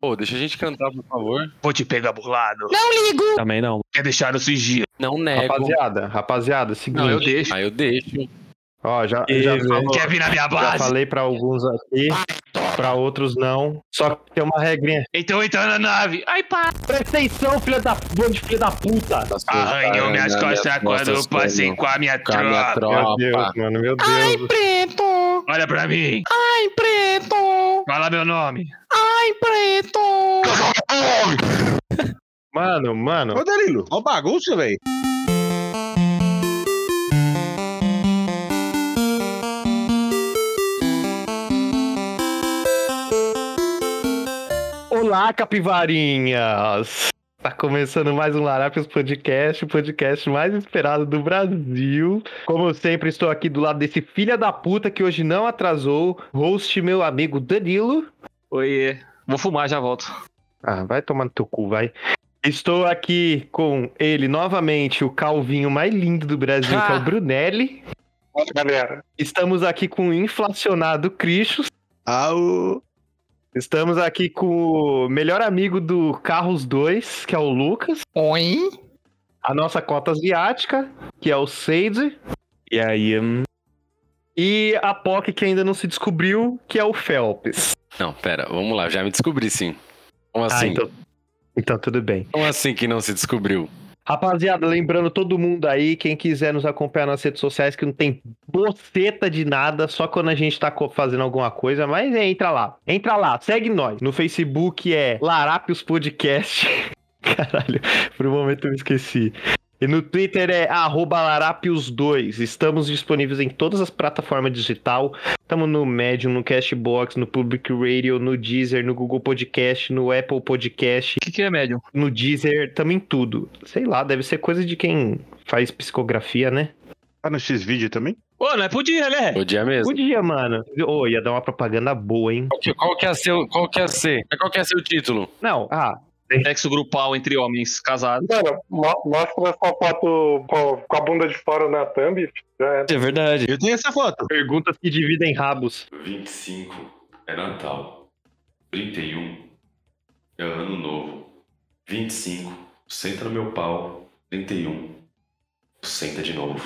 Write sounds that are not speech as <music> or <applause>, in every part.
Pô, deixa a gente cantar, por favor. Vou te pegar burlado. Não ligo! Também não. Quer deixar o sigilo? Não nego. Rapaziada, rapaziada, é seguinte. É Não, eu deixo. Ah, eu deixo. Ó, já, E- já, falou- Quer vir na minha já é base? falei pra alguns aqui, pra outros não. Só que tem uma regrinha. Então entra na nave. Ai, pá. Presta atenção, filha da bando de filha da puta. Arranhou minhas costas quando eu passei com a minha com a minha tropa. Meu tropa. Deus, mano, meu Deus. Ai, preto! Olha pra mim. Ai, preto! Fala meu nome. Ai, preto! Mano, mano. Ô, Danilo, ó bagunça, velho. Olá, capivarinhas! Tá começando mais um Larápios Podcast, o podcast mais esperado do Brasil. Como eu sempre, estou aqui do lado desse filha da puta que hoje não atrasou, host meu amigo Danilo. Oiê. Vou fumar, já volto. Ah, vai tomar no teu cu, vai. Estou aqui com ele novamente, o calvinho mais lindo do Brasil, que é Ah. o Brunelli. Fala, galera. Estamos aqui com o inflacionado Cristo. Ah, Au. Estamos aqui com o melhor amigo do Carros 2, que é o Lucas. Oi? A nossa cota asiática, que é o Sage. E aí. hum, E a POC, que ainda não se descobriu, que é o Phelps. Não, pera, vamos lá, já me descobri sim. Como assim? Ah, então... então tudo bem. Como assim que não se descobriu? Rapaziada, lembrando todo mundo aí, quem quiser nos acompanhar nas redes sociais, que não tem boceta de nada, só quando a gente tá co- fazendo alguma coisa, mas é, entra lá. Entra lá, segue nós. No Facebook é Larápios Podcast. <laughs> Caralho, por um momento eu me esqueci. E no Twitter é arroba larápios2. Estamos disponíveis em todas as plataformas digital. Estamos no Medium, no Cashbox, no Public Radio, no Deezer, no Google Podcast, no Apple Podcast O que, que é médium? no Deezer, tamo em tudo. Sei lá, deve ser coisa de quem faz psicografia, né? Tá no X-Video também? Ô, não é podia, né? O dia mesmo. Podia, mano. Ô, ia dar uma propaganda boa, hein? Qual que, qual que é seu, qual que é ser? Qual que é seu título? Não, ah, Sexo grupal entre homens casados. Mano, mo- mostra essa foto com com a bunda de fora na thumb. Já era. É verdade. Eu tenho essa foto. perguntas que dividem rabos. 25 é Natal. 31 é Ano Novo. 25, senta no meu pau. 31, senta de novo.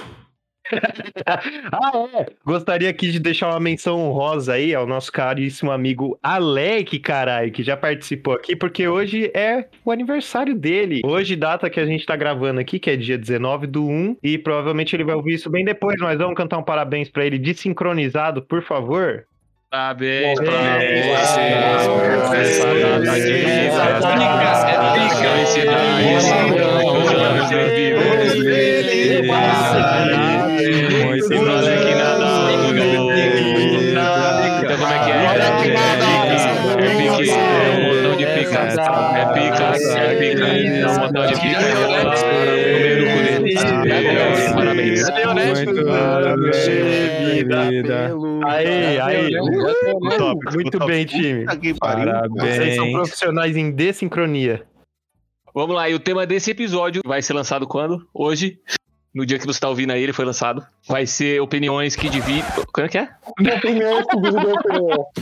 Ah, é. Gostaria aqui de deixar uma menção honrosa aí ao nosso caríssimo amigo Alec, caralho, que já participou aqui, porque hoje é o aniversário dele. Hoje, data que a gente tá gravando aqui, que é dia 19 do 1, e provavelmente ele vai ouvir isso bem depois. Nós vamos cantar um parabéns pra ele desincronizado, por favor. Parabéns, É, parabéns. é, Então como é que é? É pique, é um botão de pica. É pica, é pica, é um botão de pica. Primeiro colete. Parabéns. É Aí, aí. né? Top, muito Top. bem, time. Puta que pariu. Vocês são profissionais em dessincronia. Vamos lá, e o tema desse episódio vai ser lançado quando? Hoje. No dia que você tá ouvindo aí, ele foi lançado. Vai ser opiniões que dividem. Como é que é?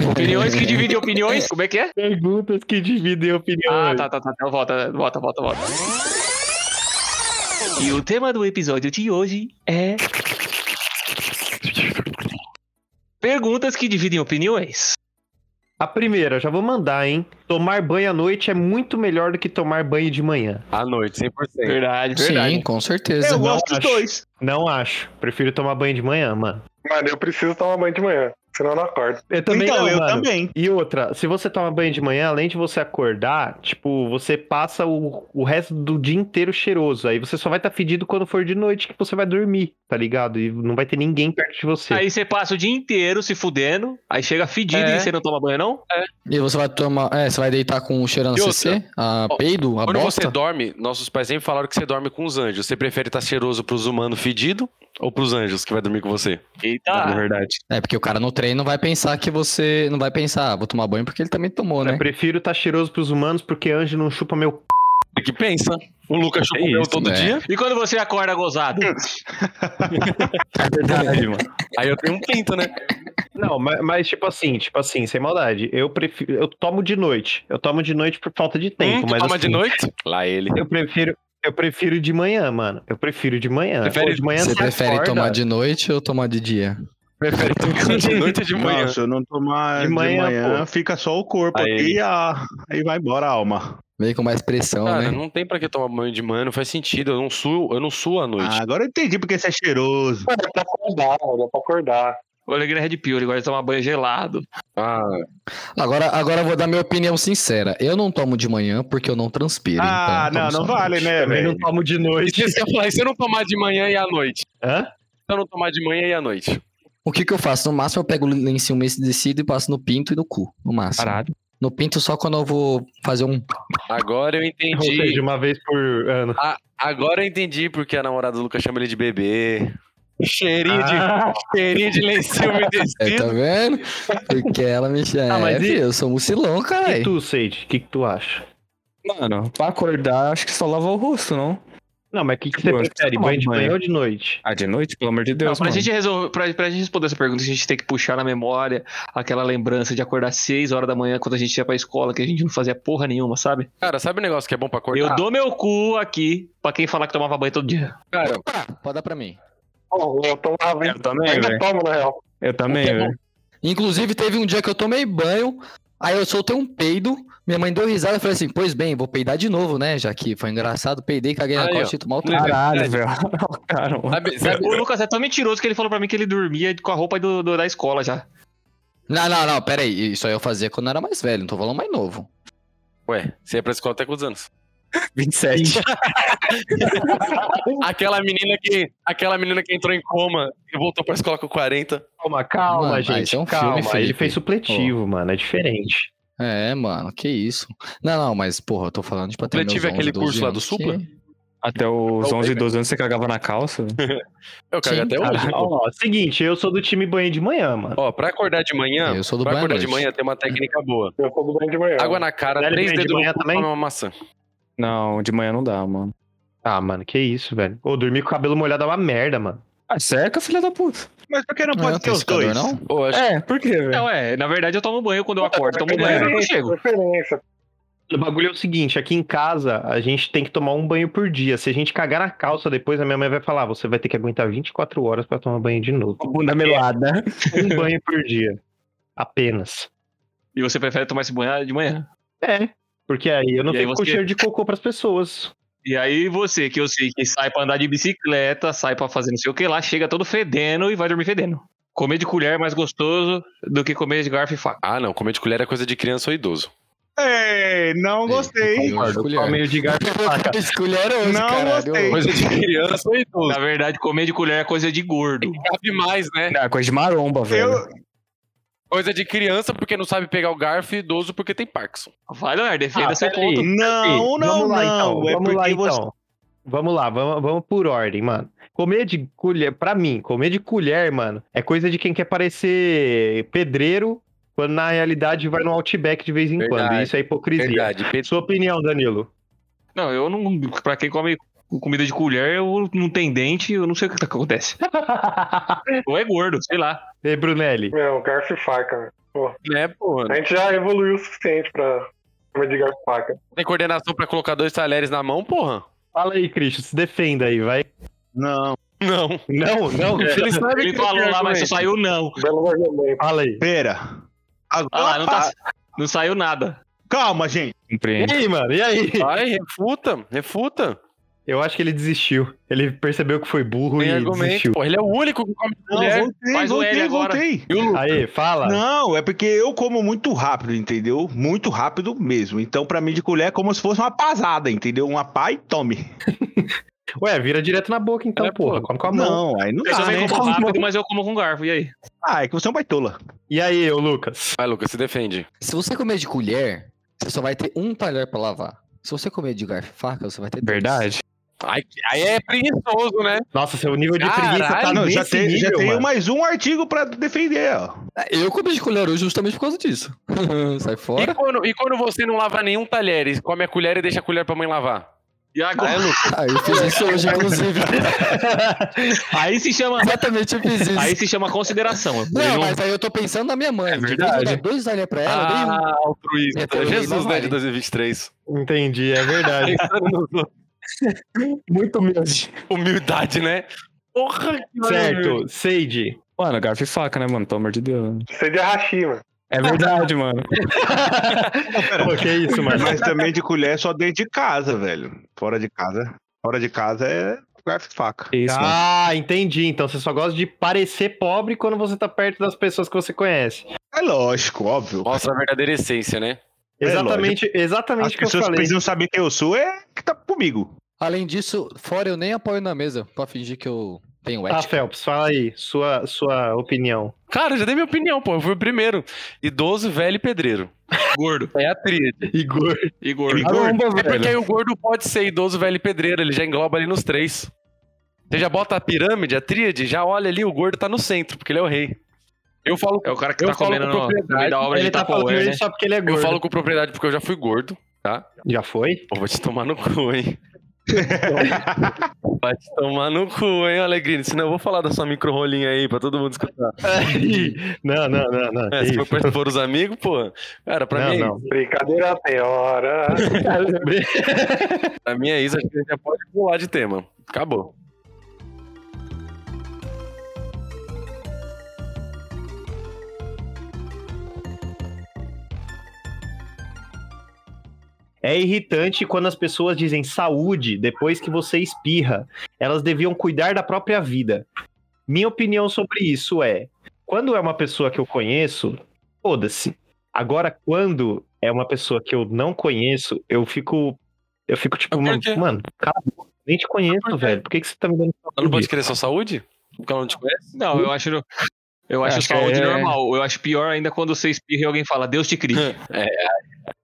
Opiniões que dividem opiniões? Como é que é? Perguntas que dividem Ah, opiniões. tá, tá, tá. Então volta, volta, volta, volta. E o tema do episódio de hoje é. Perguntas que dividem opiniões. A primeira, já vou mandar, hein? Tomar banho à noite é muito melhor do que tomar banho de manhã. À noite, 100%. Verdade, verdade. Sim, com certeza. não gosto dos acho. dois. Não acho. Prefiro tomar banho de manhã, mano. Mano, eu preciso tomar banho de manhã, senão eu não acordo. Eu também Então, não, eu mano. também. E outra, se você toma banho de manhã, além de você acordar, tipo, você passa o, o resto do dia inteiro cheiroso. Aí você só vai estar fedido quando for de noite que você vai dormir, tá ligado? E não vai ter ninguém perto de você. Aí você passa o dia inteiro se fudendo, aí chega fedido É. e você não toma banho, não? E você vai tomar. É, você vai deitar com o cheirando E outra? CC? A Ah, peido? A Quando você bosta? dorme, nossos pais sempre falaram que você dorme com os anjos. Você prefere estar cheiroso pros humanos fedido ou pros anjos que vai dormir com você? Eita. verdade. É, porque o cara no treino vai pensar que você. Não vai pensar, "Ah, vou tomar banho porque ele também É tomou, Eu né? prefiro estar cheiroso pros humanos porque anjo não chupa meu c. É que pensa. O Lucas chupa É o meu isso, todo né? dia. E quando você acorda gozado? Aí eu tenho um pinto, né? Não, mas, mas tipo assim, tipo assim, sem maldade. Eu prefiro. Eu tomo de noite. Eu tomo de noite por falta de Hum, tempo. mas Um toma assim, de noite? Lá ele. Eu prefiro. Eu prefiro de manhã, mano. Eu prefiro de manhã. Prefere- Pô, de manhã Você você prefere acorda. tomar de noite ou tomar de dia? Prefere <laughs> tomar de noite ou de manhã? Não, se eu não tomar De de manhã, manhã, fica só o corpo Aí. aqui e a... aí vai embora a alma. Meio com mais pressão, Cara, né? não tem pra que tomar banho de manhã, não faz sentido. Eu não suo, eu não suo à noite. Ah, agora eu entendi porque você é cheiroso. Mano, é pra acordar, mano, é pra acordar. O Alegre é Red Pill, ele gosta de tomar banho gelado. Ah, Agora, agora eu vou dar minha opinião sincera. Eu não tomo de manhã porque eu não transpiro. Ah, então eu tomo não, só não à vale, noite. né, Também velho? não tomo de e noite. se você falar, e se eu não tomar de manhã e à noite? Hã? Se eu não tomar de manhã e à noite? O que que eu faço? No máximo eu pego o lencinho umedecido e passo no pinto e no cu. No máximo. Parado. No pinto só quando eu vou fazer um... Agora eu Ou entendi. seja, uma vez por ano. Agora eu entendi porque a namorada do Lucas chama ele de bebê. Cheirinho Ah, de cheirinho de lencinho <laughs> É, tá umedecido. vendo? Porque ela me... É, mas e- filho, eu sou mucilão, e caralho. tu, Sage, o que, que tu acha? Mano, pra acordar, acho que só lava o rosto, não? Não, mas o que, que você Eu acho que prefere? eu tomo Banho de banho. manhã ou de noite? Ah, de noite, pelo amor de Deus, pra, mano. gente resolver, pra, pra gente responder essa pergunta, a gente tem que puxar na memória aquela lembrança de acordar 6 horas da manhã quando a gente ia pra escola, que a gente não fazia porra nenhuma, sabe? tá- Cara, sabe um negócio que é bom pra acordar? Eu dou meu cu aqui pra quem falar que tomava banho todo dia. Cara, Pode dar pra mim. Bom, eu tomava. Eu também, ainda velho. tomo, na real. Eu também, Porque é velho. Inclusive, teve um dia que eu tomei banho, aí eu soltei um peido, minha mãe deu risada e falei assim, pois bem, vou peidar de novo, né? Já que foi engraçado, peidei, caguei na Aí, costa e tomar outro. Legal. Caralho, velho. <laughs> Cara, mano. sabe, sabe- O Lucas é tão mentiroso que ele falou pra mim que ele dormia com a roupa do- do- da escola já. Não, não, não, pera aí, isso aí eu fazia quando eu era mais velho, não tô falando mais novo. Ué, você ia pra escola até quantos anos? 27. Aquela menina que, aquela menina que entrou em coma e voltou pra escola com 40. Calma, calma, Mano, mas gente. é um filme, calma. Ele Felipe. fez supletivo, mano. É <laughs> diferente. É, mano, que isso. Não, não, mas porra, eu tô falando de pra ter Supletivo é meus 11, aquele 12 curso lá do anos Supla? que- Até os Não, 11, velho. 12 anos você cagava na calça. velho. Eu cago Sim, até cara. hoje. Ó, ó, seguinte, eu sou do time banho de manhã, mano. Ó, pra acordar de manhã, Eu sou do pra banho à acordar de noite. manhã tem uma técnica boa. Eu sou do banho de manhã. Água na cara, Velho, três banho de dedos manhã no cu, também? come uma maçã. Não, de manhã não dá, mano. Ah, mano, que isso, velho. Ô, dormir com o cabelo molhado é uma merda, mano. Ah, seca, filha da puta. Mas por que não Não, pode não ter tem os secador, dois? não? Pô, acho É, por quê, velho? Não, é, na verdade eu tomo banho quando eu acordo, tomo É, banho e eu chego. Preferência. O bagulho é o seguinte, aqui em casa a gente tem que tomar um banho por dia. Se a gente cagar na calça depois, a minha mãe vai falar, você vai ter que aguentar 24 horas pra tomar banho de novo. Bunda melada. Um banho por dia. Apenas. E você prefere tomar esse banho de manhã. É, porque aí eu não E aí fico com você- cheiro de cocô pras pessoas. E aí você, que eu sei que sai pra andar de bicicleta, sai pra fazer não sei o que lá, chega todo fedendo e vai dormir fedendo. Comer de colher é mais gostoso do que comer de garfo e faca. Ah, não, comer de colher é coisa de criança ou idoso. Ei, não gostei. Eu de colher. meio de garfo e faca. <laughs> Eu de colher hoje, Não caralho. <laughs> gostei. Coisa de criança ou idoso. Na verdade, comer de colher é coisa de gordo. Cabe mais, né? Não, é coisa de maromba, velho. Eu, Coisa de criança porque não sabe pegar o garfo e idoso porque tem Parkinson. Vai, Leonardo, defenda Ah, seu peraí. ponto. não, não, vamos lá, não. então. É vamos lá, porque você- então. Vamos lá, vamos, vamos por ordem, mano. Comer de colher, pra mim, comer de colher, mano, é coisa de quem quer parecer pedreiro, quando na realidade vai no Outback de vez em Verdade. quando. Isso é hipocrisia. Verdade. Pedro. Sua opinião, Danilo. Não, eu não. Pra quem come comida de colher, eu não tenho dente, eu não sei o que, tá- que acontece. Ou é gordo, sei lá. e Brunelli? Não, garfo e É, um faca. velho. Né, porra? A gente já evoluiu o suficiente pra comer de garfo e faca. Tem coordenação pra colocar dois talheres na mão, porra? Fala aí, Christian, se defenda aí, vai. Não. Não. é. Não, <laughs> <laughs> não, Ele sabe Ele que falou tem lá, mas argumento. só saiu não. Belo argumento. fala aí. Pera. Ah lá, não, Agora, tá, não saiu nada. Calma, gente. E Compreende. aí, mano, e aí? Vai, refuta, refuta. Eu acho que ele desistiu. Ele percebeu que foi burro Tem e argumento. desistiu. Porra, ele é o único que come Não, colher. voltei, faz o L voltei, agora. voltei. E o Lucas? Aí, fala. Não, é porque eu como muito rápido, entendeu? Muito rápido mesmo. Então, pra mim, de colher é como se fosse uma pasada, entendeu? Uma pá e tome. Ué, vira direto na boca então, É, porra. pô. Come com a mão. Não, aí não Eu dá, também né? como rápido, mas eu como com garfo. E aí? Ah, é que você é um baitola. E aí, ô Lucas? Vai, Lucas, se defende. Se você comer de colher, você só vai ter um talher pra lavar. Se você comer de garfo e faca, você vai ter dois. Verdade. Ai, que- aí é preguiçoso, né? Nossa, seu nível de Caralho, preguiça tá não, nesse já tem, já nível, tenho mano. mais um artigo pra defender, ó. Eu comi de colher hoje justamente por causa disso. <laughs> Sai fora. E quando, e quando você não lava nenhum talher, e come a colher e deixa a colher pra mãe lavar? É, E agora? Ah, eu fiz isso hoje, inclusive. Aí se chama. <laughs> Exatamente, eu fiz isso. Aí se chama consideração. Eu dei Não, um- mas aí eu tô pensando na minha mãe. É Em vez de verdade. dar dois olhos pra ela, eu dei um. Ah, altruísta. Meteu Jesus, ele, né, vai. de 2023. Entendi, é verdade. Muito humilde. Humildade, né? Porra, que certo, Sage. Mano, garfo e faca, né, mano? Pelo amor de Deus. Você de arraxi, mano. É verdade, mano. Pô, que é isso, mano? <laughs> Mas também de colher é só dentro de casa, velho. Fora de casa. Fora de casa é garfo e faca. Que Isso, mano. Ah, entendi. Então você só gosta de parecer pobre quando você tá perto das pessoas que você conhece. É lógico, óbvio. Mostra a verdadeira essência, né? É Exatamente, As exatamente o que eu pessoas falei. precisam saber quem eu sou, é que tá comigo. Além disso, fora eu nem apoio na mesa, pra fingir que eu tenho Tá, ética. Phelps, fala aí, sua, sua opinião. Cara, eu já dei minha opinião, pô. Eu fui o primeiro. Idoso, velho e pedreiro. Gordo. É a tríade. Igor. E gordo. Ah, É porque aí o gordo pode ser idoso, velho e pedreiro. Ele já engloba ali nos três. Você já bota a pirâmide, a tríade, já olha ali, o gordo tá no centro, porque ele é o rei. Eu falo, É o cara que Eu tá falo comendo com no, no meio propriedade, da obra Ele de tá falando Tupperware, isso né? só porque ele é gordo. eu falo com propriedade porque eu já fui gordo, tá? <laughs> Já foi? <laughs> Pô, vou te tomar no cu, hein? Vai te tomar no cu, hein, Alegrino? Senão eu vou falar da sua micro rolinha aí pra todo mundo escutar. não, não, não, não. É, que se for isso. pra expor os amigos, pô. Cara, pra não, mim é não. Brincadeira tem hora. Pra mim é isso, acho que a gente já pode pular de tema. Acabou. É irritante quando as pessoas dizem saúde depois que você espirra. Elas deviam cuidar da própria vida. Minha opinião sobre isso é: quando é uma pessoa que eu conheço, foda-se. Agora, quando é uma pessoa que eu não conheço, eu fico. Eu fico tipo, Por mano, quê? mano, cala a boca, nem te conheço, velho. Por que, que você tá me dando Ela não saúde? pode querer sua saúde? Porque ela não te conhece? Não, eu acho. Eu acho, Acho que saúde é- normal. Eu acho pior ainda quando você espirra e alguém fala, Deus te crie.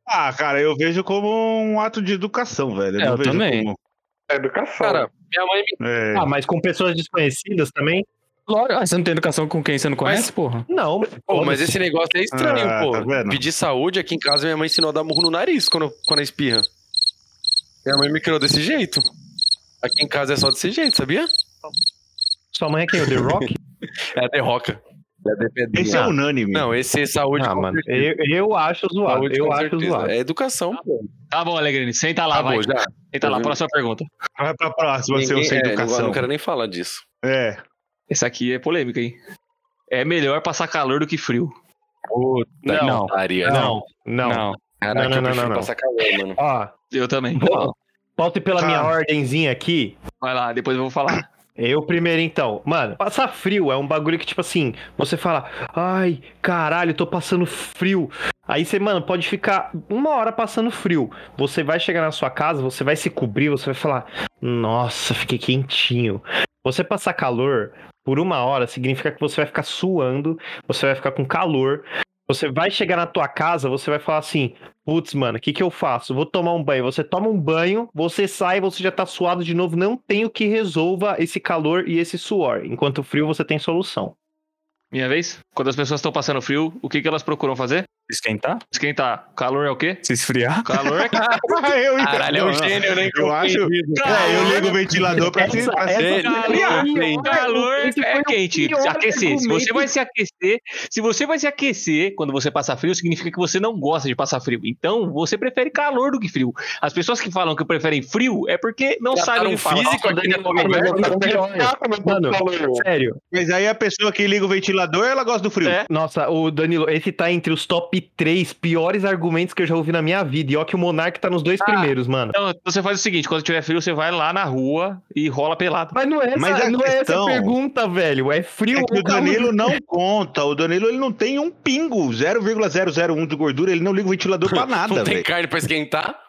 Ah, cara, eu vejo como um ato de educação, velho. Eu, É, não eu vejo também. como- É educação. Cara, minha mãe me. É. Ah, mas com pessoas desconhecidas também? Lógico. Ah, você não tem educação com quem você não conhece, porra? Não. Pô, mas foda-se. esse negócio é estranho, Ah, pô. tá vendo? Pedir saúde aqui em casa, minha mãe ensinou a dar murro no nariz quando, quando espirra. Minha mãe me criou desse jeito. Aqui em casa é só desse jeito, sabia? Sua mãe é quem? O <laughs> The Rock? É a derroca. É a DPD. Esse é unânime. Não, esse é saúde. ah, com mano, certeza. eu, eu acho zoado. Saúde, eu com acho certeza. zoado. É educação, pô. Tá bom, Alegrini, senta lá, vai. Acabou, já. Senta lá, próxima pergunta. Vai pra próxima, seu Ninguém- assim, sem é, não- educação. não quero nem falar disso. É. <laughs> Essa aqui é polêmica, hein? É melhor passar calor do que frio. Puta Não. Tá que pariu. Não, não. Não. Caraca, Não, não, eu não, prefiro não, não. passar calor, mano. Ó, Eu também. Bom, Pauta pela Tá. minha ordenzinha aqui. Vai lá, depois eu vou falar. Eu primeiro, então. Mano, passar frio é um bagulho que, tipo assim, você fala, ai, caralho, tô passando frio. Aí você, mano, pode ficar uma hora passando frio. Você vai chegar na sua casa, você vai se cobrir, você vai falar, nossa, fiquei quentinho. Você passar calor por uma hora significa que você vai ficar suando, você vai ficar com calor. Você vai chegar na tua casa, você vai falar assim, Putz, mano, o que, que eu faço? Vou tomar um banho. Você toma um banho, você sai, você já tá suado de novo. Não tem o que resolva esse calor e esse suor. Enquanto o frio, você tem solução. Minha vez? Quando as pessoas estão passando frio, o que, que elas procuram fazer? Esquentar? Esquentar. Calor é o quê? Se esfriar? Calor é Ah, eu então. Caralho, é um não, não. gênio, né? Eu acho. É, eu ligo o ventilador pra Essa- se. pra se- essa- aliás, Calor Esse foi é o quente, pior aquecer. Se você argumento. vai se aquecer, se você vai se aquecer quando você passa frio, significa que você não gosta de passar frio. Então, você prefere calor do que frio. As pessoas que falam que preferem frio é porque não sabem o que falam. tá físico aqui né, na conversa. Mano, Falou. sério. Mas aí a pessoa que liga o ventilador, ela gosta do frio. É. Nossa, o Danilo, esse tá entre os top 3 piores argumentos que eu já ouvi na minha vida. E ó que o Monark tá nos dois primeiros, mano. Então, você faz o seguinte, quando tiver frio, você vai lá na rua e rola pelado. Mas não é essa, Mas a não é essa questão- a pergunta, velho. É frio É que ou o calor? Danilo não conta. O Danilo ele não tem um pingo, 0,001 de gordura. Ele não liga o ventilador pra nada, Não tem velho. carne pra esquentar?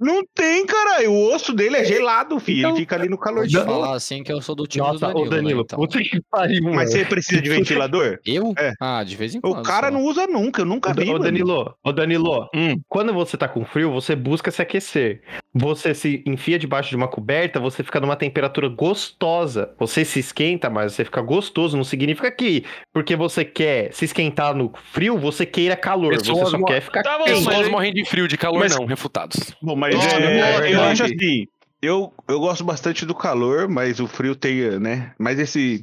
Não tem, cara. O osso dele é gelado, filho. Então- ele fica ali no calor. Vou te falar assim que eu sou do time do Nossa, Danilo. ô né, Danilo, então. puta que pariu, mano. Mas você precisa de ventilador? Eu? É. Ah, de vez em quando. O cara só. não usa nunca. Eu nunca Ô, vi. ô, mano. Danilo, ô Danilo, Hum. quando você tá com frio, você busca se aquecer. Você se enfia debaixo de uma coberta, você fica numa temperatura gostosa. Você se esquenta, mas você fica gostoso. Não significa que porque você quer se esquentar no frio, você queira calor. Pessoas você só mo- quer ficar Tá bom, quente. mas- Pessoas morrem de frio, de calor Mas- não, refutados. Bom, mas Não, é, não é eu verdade. acho assim. Eu, eu gosto bastante do calor, mas o frio tem, né? Mas esse.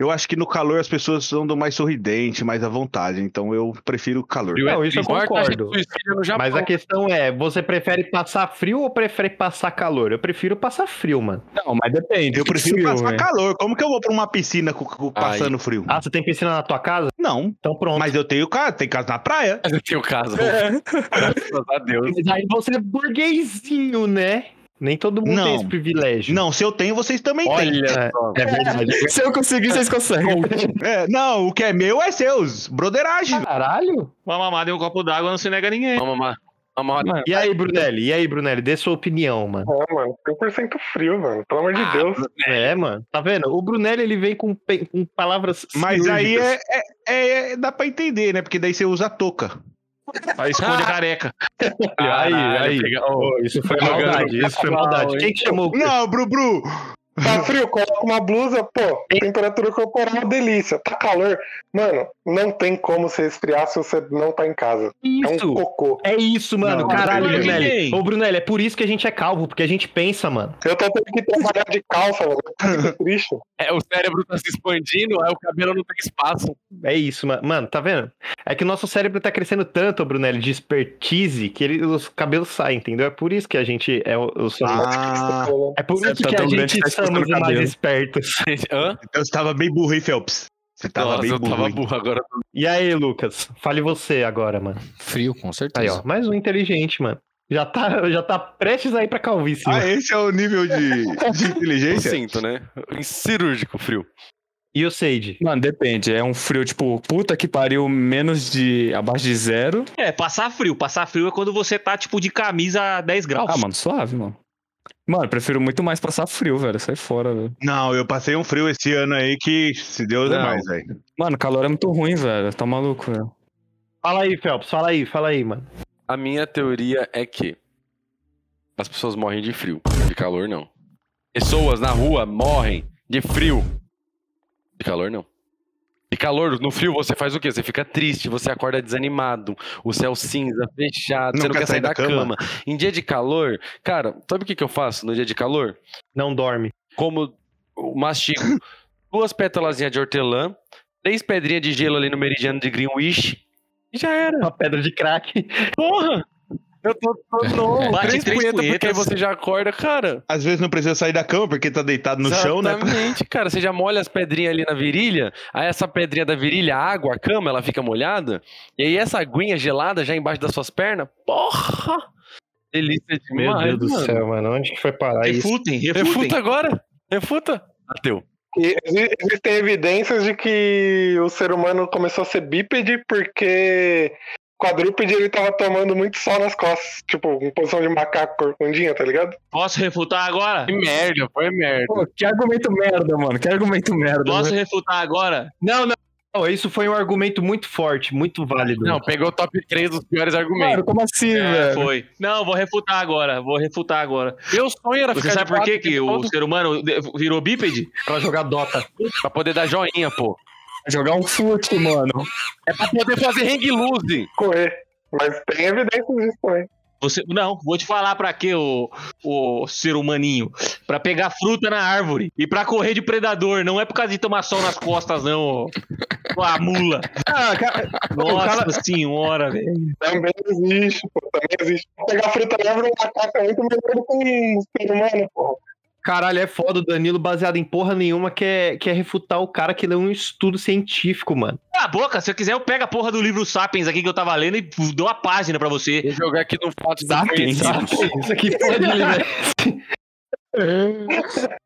Eu acho que no calor as pessoas andam mais sorridente, mais à vontade. Então eu prefiro o calor. Não, isso eu Morta, a gente concordo. suicida no Japão. Mas a questão é, você prefere passar frio ou prefere passar calor? Eu prefiro passar frio, mano. Não, mas depende. Eu prefiro Frio, passar né? calor. Como que eu vou pra uma piscina com- com- passando frio? Ah, você tem piscina na tua casa? Não. Então pronto. Mas eu tenho casa, tem casa na praia. Mas eu tenho caso. Graças a <laughs> Deus. Mas aí você é burguesinho, né? Nem todo mundo Não. tem esse privilégio. Não, se eu tenho, vocês também têm. Olha, É, é verdade. Se eu conseguir, vocês conseguem. É, não, o que é meu é seus. Broderagem. Caralho. Uma mamada e um copo d'água não se nega a ninguém. vamos lá. Vamos lá. E aí, Brunelli? E aí, Brunelli? Dê sua opinião, mano. É, mano, 100% frio, mano. Pelo amor de Deus. É, mano. Tá vendo? O Brunelli, ele vem com, pe- com palavras Mas aí cirúrgicas. é, é- é- é- dá pra entender, né? Porque daí você usa a touca. Aí esconde a careca. Aí, Caralho, aí. pega- Ô, isso foi maldade. Isso foi maldade. Quem que chamou? Não, Bru Bru. Tá frio, coloca uma blusa, pô, temperatura corporal, delícia. Tá calor. Mano, não tem como se resfriar se você não tá em casa. É um Isso. cocô. É isso, mano. Não, Caralho, mas Brunelli. ninguém. Ô, Brunelli, é por isso que a gente é calvo, porque a gente pensa, mano. Eu tô tendo que trabalhar de calça, mano. Que triste. É, o cérebro tá se expandindo, aí o cabelo não tem espaço. É isso, mano. Mano, tá vendo? É que o nosso cérebro tá crescendo tanto, Brunelli, de expertise, que ele- os cabelos saem, entendeu? É por isso que a gente é o, o- somos- Ah, É por isso tá que a tão grande gente que tá escutando somos o cabelo. mais espertos. <laughs> Hã? então você tava bem burro, hein, Phelps? Você tava Nossa, bem eu burro. tava hein? burro agora. E aí, Lucas? Fale você agora, mano. Frio, com certeza. Aí, ó. Mais um inteligente, mano. Já tá, <laughs> já tá prestes a ir pra calvície. Ah, mano. esse é o nível de, de Eu inteligência? sinto, né? Em cirúrgico frio. E o Sage? Mano, depende. É um frio, tipo, puta que pariu, menos de. abaixo de zero. É, passar frio. Passar frio é quando você tá, tipo, de camisa a 10 graus. Ah, mano, suave, mano. Mano, prefiro muito mais passar frio, velho. Sai fora, velho. Não, eu passei um frio esse ano aí que, se Deus é Não. mais, velho. Mano, calor é muito ruim, velho. Tá maluco, velho. Fala aí, Phelps. Fala aí, fala aí, mano. A minha teoria é que as pessoas morrem de frio, de calor não. Pessoas na rua morrem de frio, de calor não. De calor, no frio você faz o quê? Você fica triste, você acorda desanimado, o céu cinza, fechado, você não quer sair da cama. Em dia de calor, cara, sabe o que, que eu faço no dia de calor? Não dorme. Como o mastigo duas pétalazinhas de hortelã, três pedrinhas de gelo ali no meridiano de Greenwich e já era. Uma pedra de crack. Porra! Eu tô, tô novo. Bate três, três punheta porque aí punhetas. você já acorda, cara. Às vezes não precisa sair da cama porque tá deitado no é chão, né? Exatamente, cara. Você já molha as pedrinhas ali na virilha, aí essa pedrinha da virilha, a água, a cama, ela fica molhada, e aí essa aguinha gelada já embaixo das suas pernas, porra! Delícia demais, Meu Deus do mano. céu, mano. Tipo, Onde que foi parar isso? Refutem, refutem. Refuta agora, refuta. Ateu. E exi- existem evidências de que o ser humano começou a ser bípede porque quadrúpede ele tava tomando muito sol nas costas. Tipo, em posição de macaco corcundinha, tá ligado? Posso refutar agora? Que merda, foi merda. Pô, que argumento merda, mano. Que argumento merda. Posso velho. refutar agora? Não, não. não, Isso foi um argumento muito forte, muito válido. Não, pegou o top 3 dos piores Mano, argumentos. como assim, É, velho? foi. Não, vou refutar agora. Vou refutar agora. Meu sonho era Você ficar sabe por que, que que o ser humano de- virou bípede? Pra jogar Dota. Pra poder dar joinha, pô. Jogar um fute, mano. É pra poder fazer hang loose. Correr. Mas tem evidências disso também. Você, não, vou te falar pra quê, o, o ser humaninho. Pra pegar fruta na árvore e pra correr de predador. Não é por causa de tomar sol nas costas, não, ô. Ô, A mula. Ah, cara, Nossa senhora, velho. Também existe, pô. Também existe. Pegar fruta na árvore um macaco é muito melhor do que um ser humano, pô. caralho, é foda o Danilo baseado em porra nenhuma que é, que é refutar o cara que leu um estudo científico, mano. Cala a boca, se eu quiser eu pego a porra do livro Sapiens aqui que eu tava lendo e dou a página pra você. Vou jogar aqui no fato da Sapiens. Isso aqui foi dele, né? <laughs>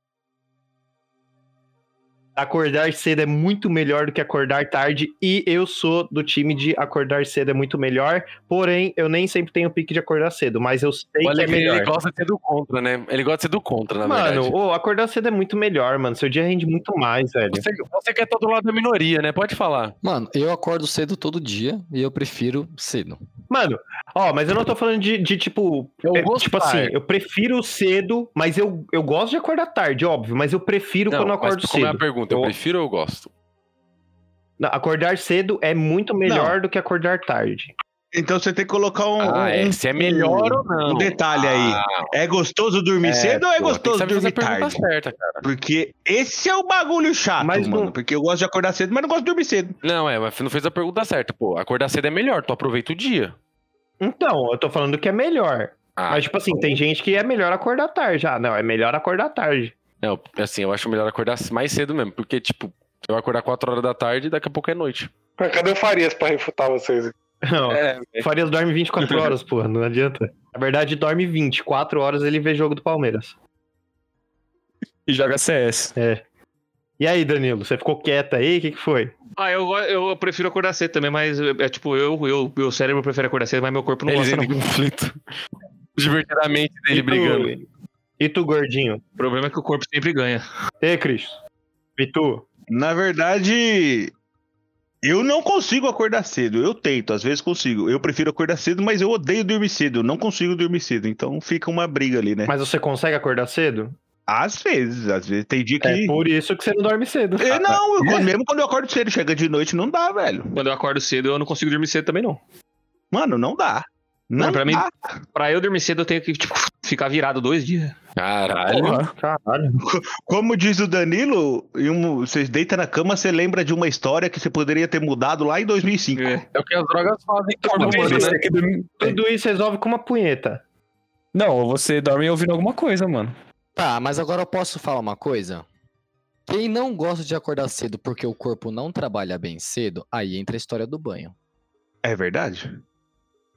Acordar cedo é muito melhor do que acordar tarde e eu sou do time de acordar cedo é muito melhor, porém eu nem sempre tenho pique de acordar cedo, mas eu sei Olha, que é ele, melhor. gosta de ser do contra, né? Ele gosta de ser do contra, na Mano, verdade. ô, acordar cedo é muito melhor, mano. Seu dia rende muito mais, velho. Você, você quer estar do lado da minoria, né? Pode falar. Mano, eu acordo cedo todo dia e eu prefiro cedo. Mano, ó, mas eu não tô falando de, de, tipo. Eu é, gosto, tipo assim, eu prefiro cedo, mas eu, eu gosto de acordar tarde, óbvio, mas eu prefiro quando eu mas acordo como é a cedo. pergunta? Eu Eu- prefiro ou eu gosto? Não, acordar cedo é muito melhor do que acordar tarde. Então você tem que colocar um, Ah, é, um- se é melhor ou não. um detalhe aí. Ah. É gostoso dormir cedo ou é Pô, tem que gostoso saber fazer a dormir pergunta tarde? certa, cara. Porque esse é o bagulho chato, Mas mano. não- Porque eu gosto de acordar cedo, mas não gosto de dormir cedo. Não, é, mas não fez a pergunta certa, pô. Acordar cedo é melhor, tu aproveita o dia. Então, eu tô falando que é melhor. Ah, Mas, tipo assim, tem gente que é melhor acordar tarde. Ah, não, é melhor acordar tarde. <laughs> Não, assim, eu acho melhor acordar mais cedo mesmo, porque, tipo, eu vou acordar 4 horas da tarde e daqui a pouco é noite. Cadê o Farias pra refutar vocês? Não, É, Farias dorme <laughs> 24 horas, porra, não adianta. Na verdade, dorme 24 horas ele vê jogo do Palmeiras. E joga CS. E aí, Danilo, você ficou quieto aí? O que, que foi? Ah, eu, go- eu prefiro acordar cedo também, mas é é tipo, eu, eu, meu cérebro prefere acordar cedo, mas meu corpo não eles gosta, entram não. em conflito. Divertidamente dele E tu- brigando. E tu, gordinho? O problema é que o corpo sempre ganha. E Cris? E tu? Na verdade, eu não consigo acordar cedo. Eu tento, às vezes consigo. Eu prefiro acordar cedo, mas eu odeio dormir cedo. Eu não consigo dormir cedo. Então fica uma briga ali, né? Mas você consegue acordar cedo? Às vezes, às vezes. Tem dia que. É Ah, né? por isso que você não dorme cedo. Eu não, eu- mesmo quando eu acordo cedo, chega de noite, não dá, velho. Quando eu acordo cedo, eu não consigo dormir cedo também, não. Mano, não dá. Não, Não, pra mim- dá. Pra eu dormir cedo, eu tenho que, tipo, ficar virado dois dias. Caralho. Caralho. Como diz o Danilo, em um- você deita na cama, você lembra de uma história que você poderia ter mudado lá em 2005. É. É o que as drogas fazem com Não, o corpo, você né? tem que dormir- Tudo isso resolve com uma punheta. Não, ou você dorme ouvindo alguma coisa, mano. Tá, mas agora eu posso falar uma coisa? Quem não gosta de acordar cedo porque o corpo não trabalha bem cedo, aí entra a história do banho. É verdade?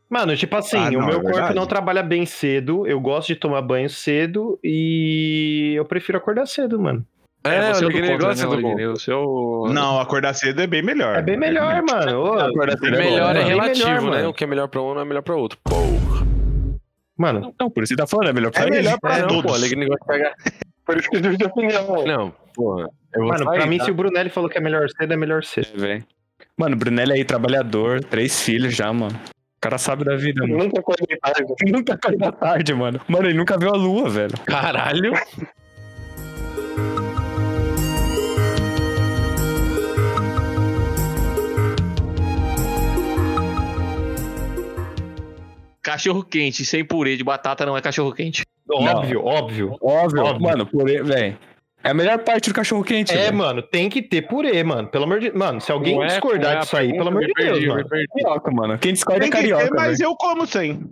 Mano, tipo assim, Ah, não, o é meu corpo verdade. não trabalha bem cedo, eu gosto de tomar banho cedo e eu prefiro acordar cedo, mano. É, é você o do contra, negócio né, é do bom. Olivinei? Você é o... Não, acordar cedo é bem melhor. É bem melhor, mano. Ô, Acordar O cedo é bom, melhor é né, mano? relativo, Bem melhor, né? mano. O que é melhor pra um não é melhor pra outro. Porra. Mano, Não, por isso que tá falando, é melhor pra É ele. melhor pra É, não, todos. pô, alegre negócio pega. Por isso que eu divido de opinião. Não, porra. Eu vou mano pra sair, mim, tá? se o Brunelli falou que é melhor cedo, é melhor cedo. É, velho. Mano, o Brunelli é aí, trabalhador, três filhos já, mano. O cara sabe da vida, mano. Nunca acordei tarde. <laughs> Nunca caiu da tarde, mano. Mano, ele nunca viu a lua, velho. Caralho. Cachorro quente sem purê de batata não é cachorro quente. Óbvio, óbvio. Óbvio. Óbvio. Mano, purê, velho. É a melhor parte do cachorro quente. É, mano, tem que ter purê, mano. Pelo amor de Mano, se alguém Não é- discordar não é a disso aí, pelo pergunta, amor me de Deus, perdi, me mano. perdi. Carioca, mano. Quem discorda é Tem que ter, carioca. velho. mas eu como sem.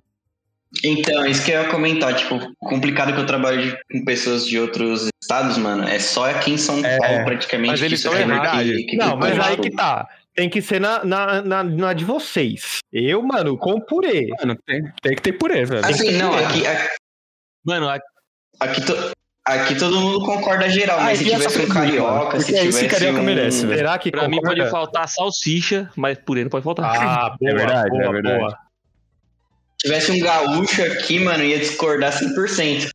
Então, isso que eu ia comentar, tipo, o complicado que eu trabalho de- com pessoas de outros estados, mano, é só aqui em São Paulo, praticamente. Mas que eles isso estão é errados. que- que- Não, mas aí tipo, que tá. Tem que ser na, na, na, na de vocês. Eu, mano, com purê. Mano, tem, tem que ter purê, velho. Assim, não, aqui, a- Mano, a- aqui, to- aqui todo mundo concorda geral, mas Ah, se e essa tivesse um pergunta, carioca, porque se é tivesse isso que carioca um... merece, velho. Será que pra mim concorda? pode faltar salsicha, mas purê não pode faltar. Ah, boa, verdade, boa, Ah, é verdade. boa. tivesse um gaúcho aqui, mano, ia discordar 100%.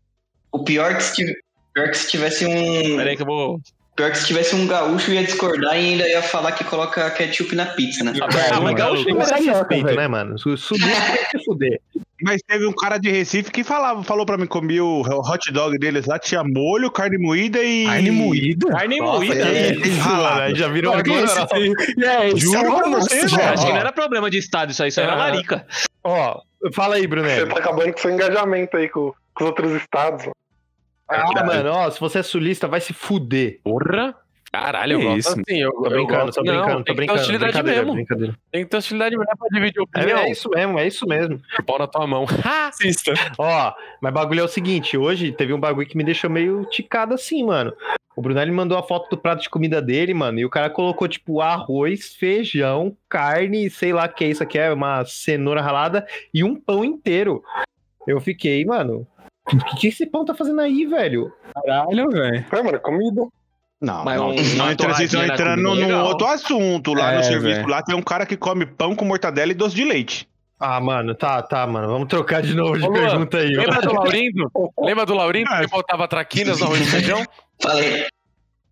O pior que se tivesse... Pior que se tivesse um. Peraí que eu vou... Pior que se tivesse um gaúcho, ia discordar e ainda ia falar que coloca ketchup na pizza, né? Ah, Mas é mas gaúcho não É, mano. merece Carioca, respeito, velho. né, mano? Su- Subir tem que se fuder. Mas teve um cara de Recife que falava, falou pra mim comer o hot dog deles lá, tinha molho, carne moída e. Carne moída? Carne moída. né? é isso, mano, aí já virou Mano, que isso tem- É, isso Juro é um pra você, almoço, velho. Acho que velho. não era problema de estado isso aí, isso era Ah. larica. Ó, fala aí, Você Brunelli. tá acabando com seu engajamento aí com, com os outros estados. mano. Ah, mano, ó, se você é sulista, vai se fuder. Porra. Caralho, eu Que gosto isso, mano. assim. Eu, Tô eu brincando, gosto. tô brincando, não, tô tem brincando. que ter hostilidade brincadeira, mesmo. brincadeira. Tem que ter hostilidade mesmo pra dividir É, opinião. é isso mesmo, é isso mesmo. Pau na tua mão. Assista. Ó, mas bagulho é o seguinte, hoje teve um bagulho que me deixou meio ticado assim, mano. O Brunelli mandou a foto do prato de comida dele, mano, e o cara colocou, tipo, arroz, feijão, carne, sei lá o que é isso aqui, é uma cenoura ralada e um pão inteiro. Eu fiquei, mano, o que, que esse pão tá fazendo aí, velho? Caralho, velho. É, mano, comida. Não, Mas não. um- Senão uma entra- vocês estão torradinha na entrando comida, num legal. outro assunto. Lá É, no serviço, velho. lá tem um cara que come pão com mortadela e doce de leite. Ah, mano, tá, tá, mano, vamos trocar de novo de Ô, Luan, pergunta aí. Lembra do <laughs> Laurindo? Lembra do Laurindo que botava traquinas no arroz e feijão? Falei.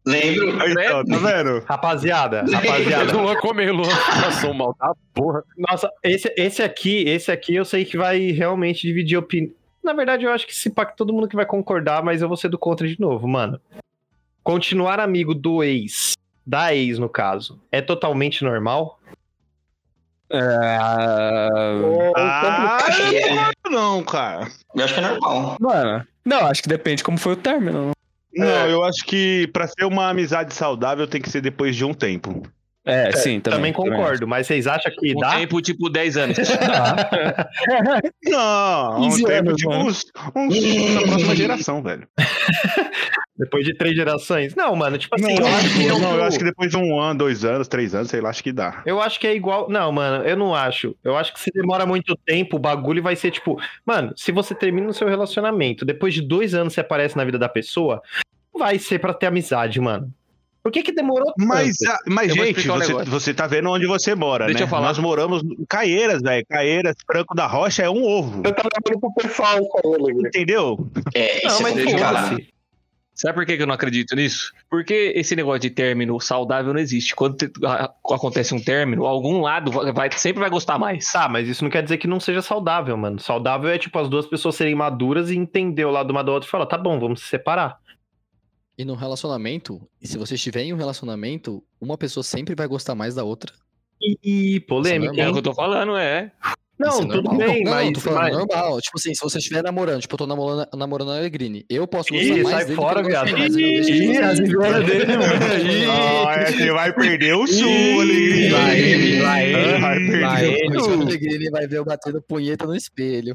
Lembro, Aí, ó, tá vendo? Rapaziada, Mas rapaziada, o Luan comeu, o Luan passou um mal da porra. Nossa, esse, esse aqui, esse aqui eu sei que vai realmente dividir opinião. Na verdade, eu acho que se pá que todo mundo que vai concordar, mas eu vou ser do contra de novo, mano. Continuar amigo do ex, da ex no caso, é totalmente normal? É... Ah, acho que é. não, não, cara. Eu acho que é normal. Mano, não, acho que depende como foi o término. né? Não, eu acho que pra ser uma amizade saudável tem que ser depois de um tempo. É, sim, Também também. concordo, mas vocês acham que Um dá? <laughs> tempo tipo 10 anos. Não, um 15 tempo anos, tipo mano. uns, uns da próxima geração, velho. Depois de três gerações? Não, mano, tipo assim, eu acho que, é o não, eu que acho que depois de um ano, dois anos, três anos, sei lá, acho que dá. Eu acho que é igual. Não, mano, eu não acho. Eu acho que se demora muito tempo, o bagulho vai ser tipo. Mano, se você termina o seu relacionamento, depois de dois anos você aparece na vida da pessoa, não vai ser pra ter amizade, mano. Por que que demorou tanto? Mas, a- mas Eu vou gente, explicar um você, negócio. você tá vendo onde você mora, Deixa né? eu falar. Nós moramos em Caieiras, velho. Caieiras, Franco da Rocha é um ovo. Você tá levando pro pessoal, cara, Alegre. Entendeu? É, não, isso é mas complicado. foda-se. Sabe por que que eu não acredito nisso? Porque esse negócio de término saudável não existe. Quando te- a- acontece um término, algum lado vai, vai- sempre vai gostar mais. Tá, mas isso não quer dizer que não seja saudável, mano. Saudável é tipo as duas pessoas serem maduras e entender o lado uma da outra e falar, tá bom, vamos se separar. E no relacionamento, e se você estiver em um relacionamento, uma pessoa sempre vai gostar mais da outra. E Isso polêmica, é É o hein? que eu tô falando, é. Não, Isso é tudo normal. bem, não, mas. Não, tô falando mas- normal. Tipo assim, se você estiver namorando, tipo, eu tô namorando, namorando a Alegrini, eu posso gostar Ih, mais sai dele fora, do que eu viado. gosto mais, eu não deixo de gostar. <laughs> dele, Ah, é, você vai perder o show, Ih, Alegria. lá ele, lá ele, Ah, vai perder. lá ele. A Alegrini vai ver eu batendo punheta no espelho.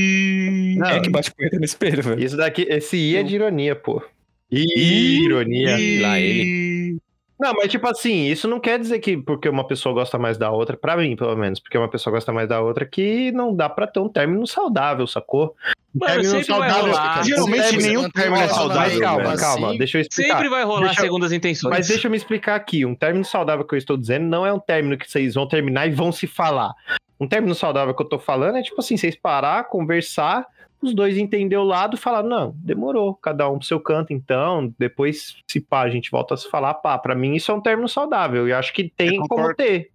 Ih, Não, É que bate punheta no espelho, velho. Isso daqui, esse I é de ironia, pô. Ih, ironia. ih. lá Não, mas tipo assim, isso não quer dizer que porque uma pessoa gosta mais da outra, pra mim pelo menos, porque uma pessoa gosta mais da outra, que não dá pra ter um término saudável, sacou? Mano, Término sempre vai saudável, rolar. Geralmente Você nenhum mantém término é um relacionamento saudável, calma, velho. calma, assim, deixa eu explicar. Sempre vai rolar Tá, Deixa eu- segundo as intenções. Mas deixa eu me explicar aqui, um término saudável que eu estou dizendo não é um término que vocês vão terminar e vão se falar. Um término saudável que eu tô falando é tipo assim, vocês parar, conversar, os dois entender o lado, falar, não, demorou, cada um pro seu canto, então, depois se pá, a gente volta a se falar, pá, pra mim isso é um término saudável, e eu acho que tem como concordo. ter.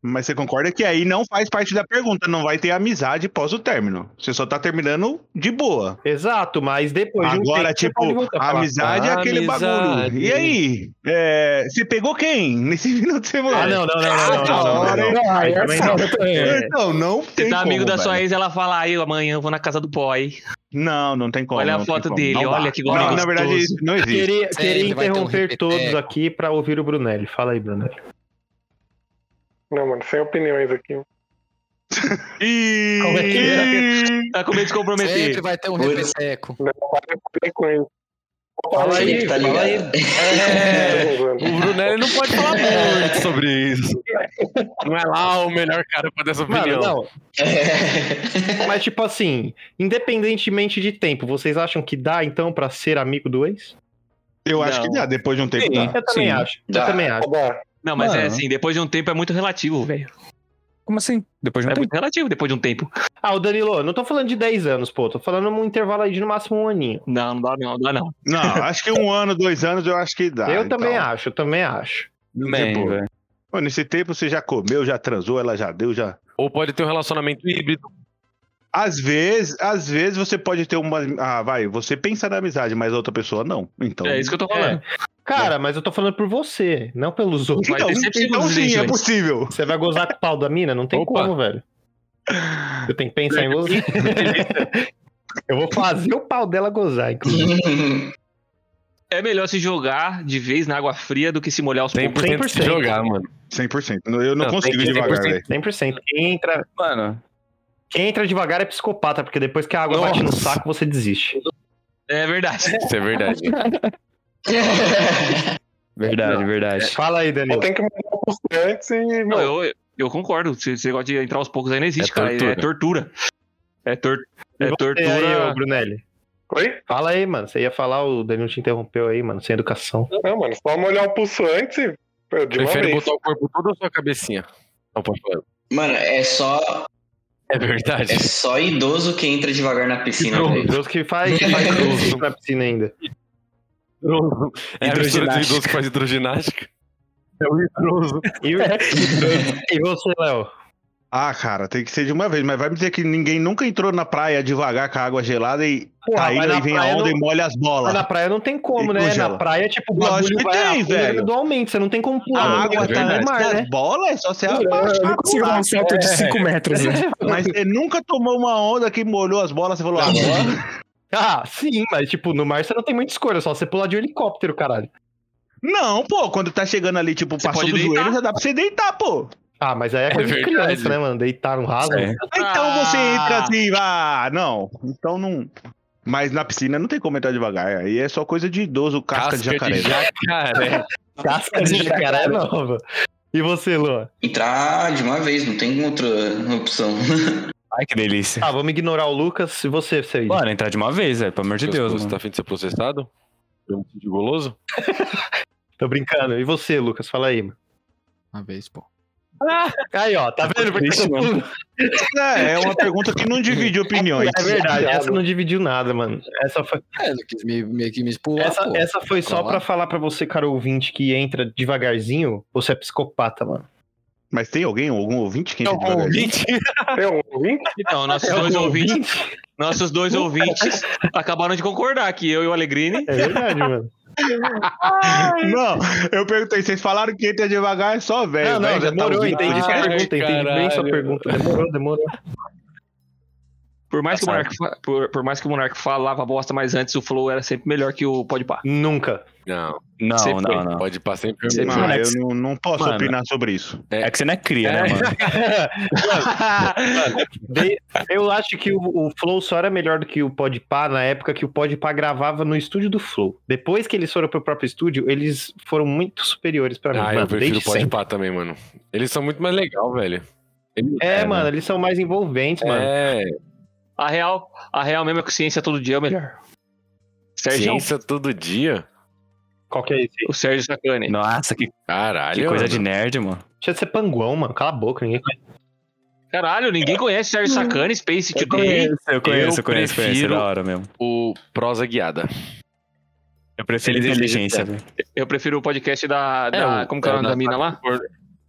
Mas você concorda que aí não faz parte da pergunta, não vai ter amizade pós o término. Você só tá terminando de boa. Exato, mas depois de um Agora, tempo, você pode tipo, voltar a a falar. amizade é aquele bagulho. E aí? É, você pegou quem nesse <laughs> final de semana? Ah, não, não, não, não, não, não, não, não, não. Ah, Aí também não. também. Então, não tem é. Você tá como, amigo da sua velho. ex, ela fala, aí, amanhã eu vou na casa do boy. Não, não tem como. Olha a não tem foto como. dele, Não dá. olha que Não, gostoso. na verdade, isso não existe. Queria, queria Sempre vai ter um interromper repeteco. todos aqui pra ouvir o Brunelli. Fala aí, Brunelli. Não, mano, sem opiniões aqui. Ih, Como é que Tá com medo de comprometer. Sempre vai ter um é. Oi. repeteco. Não, olha a frequência. Fala aí, Felipe tá fala aí. ligado. O Brunelli não pode falar muito sobre isso. Não é lá o melhor cara pra dar essa Mano, opinião. não, É. Mas, tipo assim, independentemente de tempo, vocês acham que dá, então, pra ser amigo do ex? Eu acho Não. que dá, depois de um tempo dá. Eu também Sim. acho. Eu Dá. também acho. Dá. Não, mas é Mano. assim, depois de um tempo é muito relativo, velho. Como assim? Depois de um É tempo. muito relativo depois de um tempo. Ah, o Danilo, não tô falando de 10 anos, pô. Tô falando um intervalo aí de no máximo um aninho. Não, não dá não, não dá não. Não, acho que um ano, dois anos, eu acho que dá. eu então. também acho, eu também acho. Também, Tipo, velho. pô, nesse tempo você já comeu, já transou, ela já deu, já. Ou pode ter um relacionamento híbrido. Às vezes, às vezes você pode ter uma. Ah, vai, você pensa na amizade, mas a outra pessoa não. Então. É isso que eu tô falando. Cara, mas eu tô falando por você, não pelos outros. Vai ter então, sempre né, então segundas sim, é intenções. possível. Você vai gozar com o pau da mina? Não tem Opa. como, velho. Eu tenho que pensar em você. <laughs> eu vou fazer o pau dela gozar, inclusive. É melhor se jogar de vez na água fria do que se molhar os poucos. 100% de 100%. jogar, mano. 100%. Eu Não, não, consigo tem que- devagar, 100%. velho. 100%. Quem entra, Mano, quem entra devagar é psicopata, porque depois que a água bate no Nossa. saco, você desiste. É <laughs> verdade. Isso é verdade. verdade, verdade. é, Fala aí, Danilo. Tem que mandar pro antes e. Não, Não, eu, eu concordo. Se você gosta de entrar aos poucos aí não existe, É cara. É tortura. tortura. É, tor E é você Aí, ô, tortura. Brunelli. Oi? Fala aí, mano. Você ia falar, o Danilo te interrompeu aí, mano, sem educação. Não, mano, só molhar o pulso antes e. pô, De uma Prefere vez. botar o corpo todo ou só a cabecinha? Não pode falar. <laughs> Mano, é só, É verdade. é só idoso que entra devagar na piscina, Não. velho. Deus que faz, que faz exercício na piscina ainda. É a mistura do idoso que faz <laughs> hidroginástica. É o idoso. E, e você, Léo? Ah, cara, tem que ser de uma vez, mas vai me dizer que ninguém nunca entrou na praia devagar com a água gelada e Porra, tá mas indo na e vem a praia onda não- e molha as bolas. Ah, Mas na praia não tem como, E né? congela. Na praia, tipo, o Lógico bagulho que vai tem, afundando velho. gradualmente, você não tem como pular. A água tá no no mar, <laughs> né? bola é só você abaixar. eu não a consigo dar um bola. salto de 5 metros. né? Mas você nunca tomou uma onda que molhou as bolas, você falou, agora... Ah, sim, mas tipo, no mar você não tem muita escolha, é só você pular de um helicóptero, caralho. Não, pô, quando tá chegando ali, tipo, passou pode do deitar. joelho, já dá pra você deitar, pô. Ah, mas aí é coisa de verdade. criança, né, mano? Deitar no raso. É. Então você entra assim, ah, não. Então não. Mas na piscina não tem como entrar devagar. Aí é só coisa de idoso, casca, de jacaré. jacaré. <laughs> Casca de jacaré <laughs> nova. E você, Luan? Entrar de uma vez, não tem outra opção. Ai, que delícia. Ah, vamos ignorar o Lucas e você, você aí. Mano, entrar de uma vez, velho. Pelo amor de Deus, Você mano. tá afim de ser processado? Por motivo de goloso? Tô brincando. E você, Lucas? Fala aí, mano. Uma vez, pô. Aí, ó, tá vendo? Porque Triste, mano. É, é uma pergunta que não divide opiniões. <laughs> É verdade, essa não dividiu nada, mano. Essa foi, É, ele quis me, meio que me expulsar, essa, pô. essa foi só Pra lá. pra falar pra você, cara ouvinte, que entra devagarzinho, você é psicopata, mano. Mas tem alguém, algum ouvinte que entra devagar? Eu ouvi? Então, É nossos dois ouvintes, nossos dois ouvintes acabaram de concordar que eu e o Alegrini. É verdade, mano. Não, eu perguntei, vocês falaram que entra devagar é só velho. não, não, velho, já tá demorou, ouvindo entendi sua podcast. pergunta, entendi bem sua caralho. pergunta. Demorou, demorou. Por mais, que o Monark, fa- por, por mais que o Monark falava bosta, mas antes o Flow era sempre melhor que o <laughs> Podpah. Nunca. Não, Não, Sempre não, foi. não. pode passar sempre. Você Não, foi. Ah, Mano, eu não, não posso Mano. opinar sobre isso. É que você não é cria, né, mano? De- Eu acho que o, o Flow só era melhor do que o Podpah na época que o Podpah gravava no estúdio do Flow. Depois que eles foram pro próprio estúdio, eles foram muito superiores pra mim, Ah, mano, eu prefiro desde pode sempre. pá também, mano. Eles são muito mais legal, velho. Eles- É, mano, eles são mais envolventes, mano. É, A real, a real mesmo é que o Ciência Todo Dia é o melhor. Sérgio, ciência todo dia. Qual que é esse? o Sérgio Sacani. Nossa, que Caralho. que coisa de mano. nerd, mano. Deixa de ser panguão, mano. Cala a boca, ninguém conhece. Caralho, ninguém conhece Sérgio Sacani, Space Today. Hum. eu conheço, eu conheço, conheço. É prefiro- da hora mesmo. O prosa guiada. Eu prefiro Inteligência. inteligência, velho. Eu prefiro o podcast da. da o- como que é o nome é, da da- mina lá?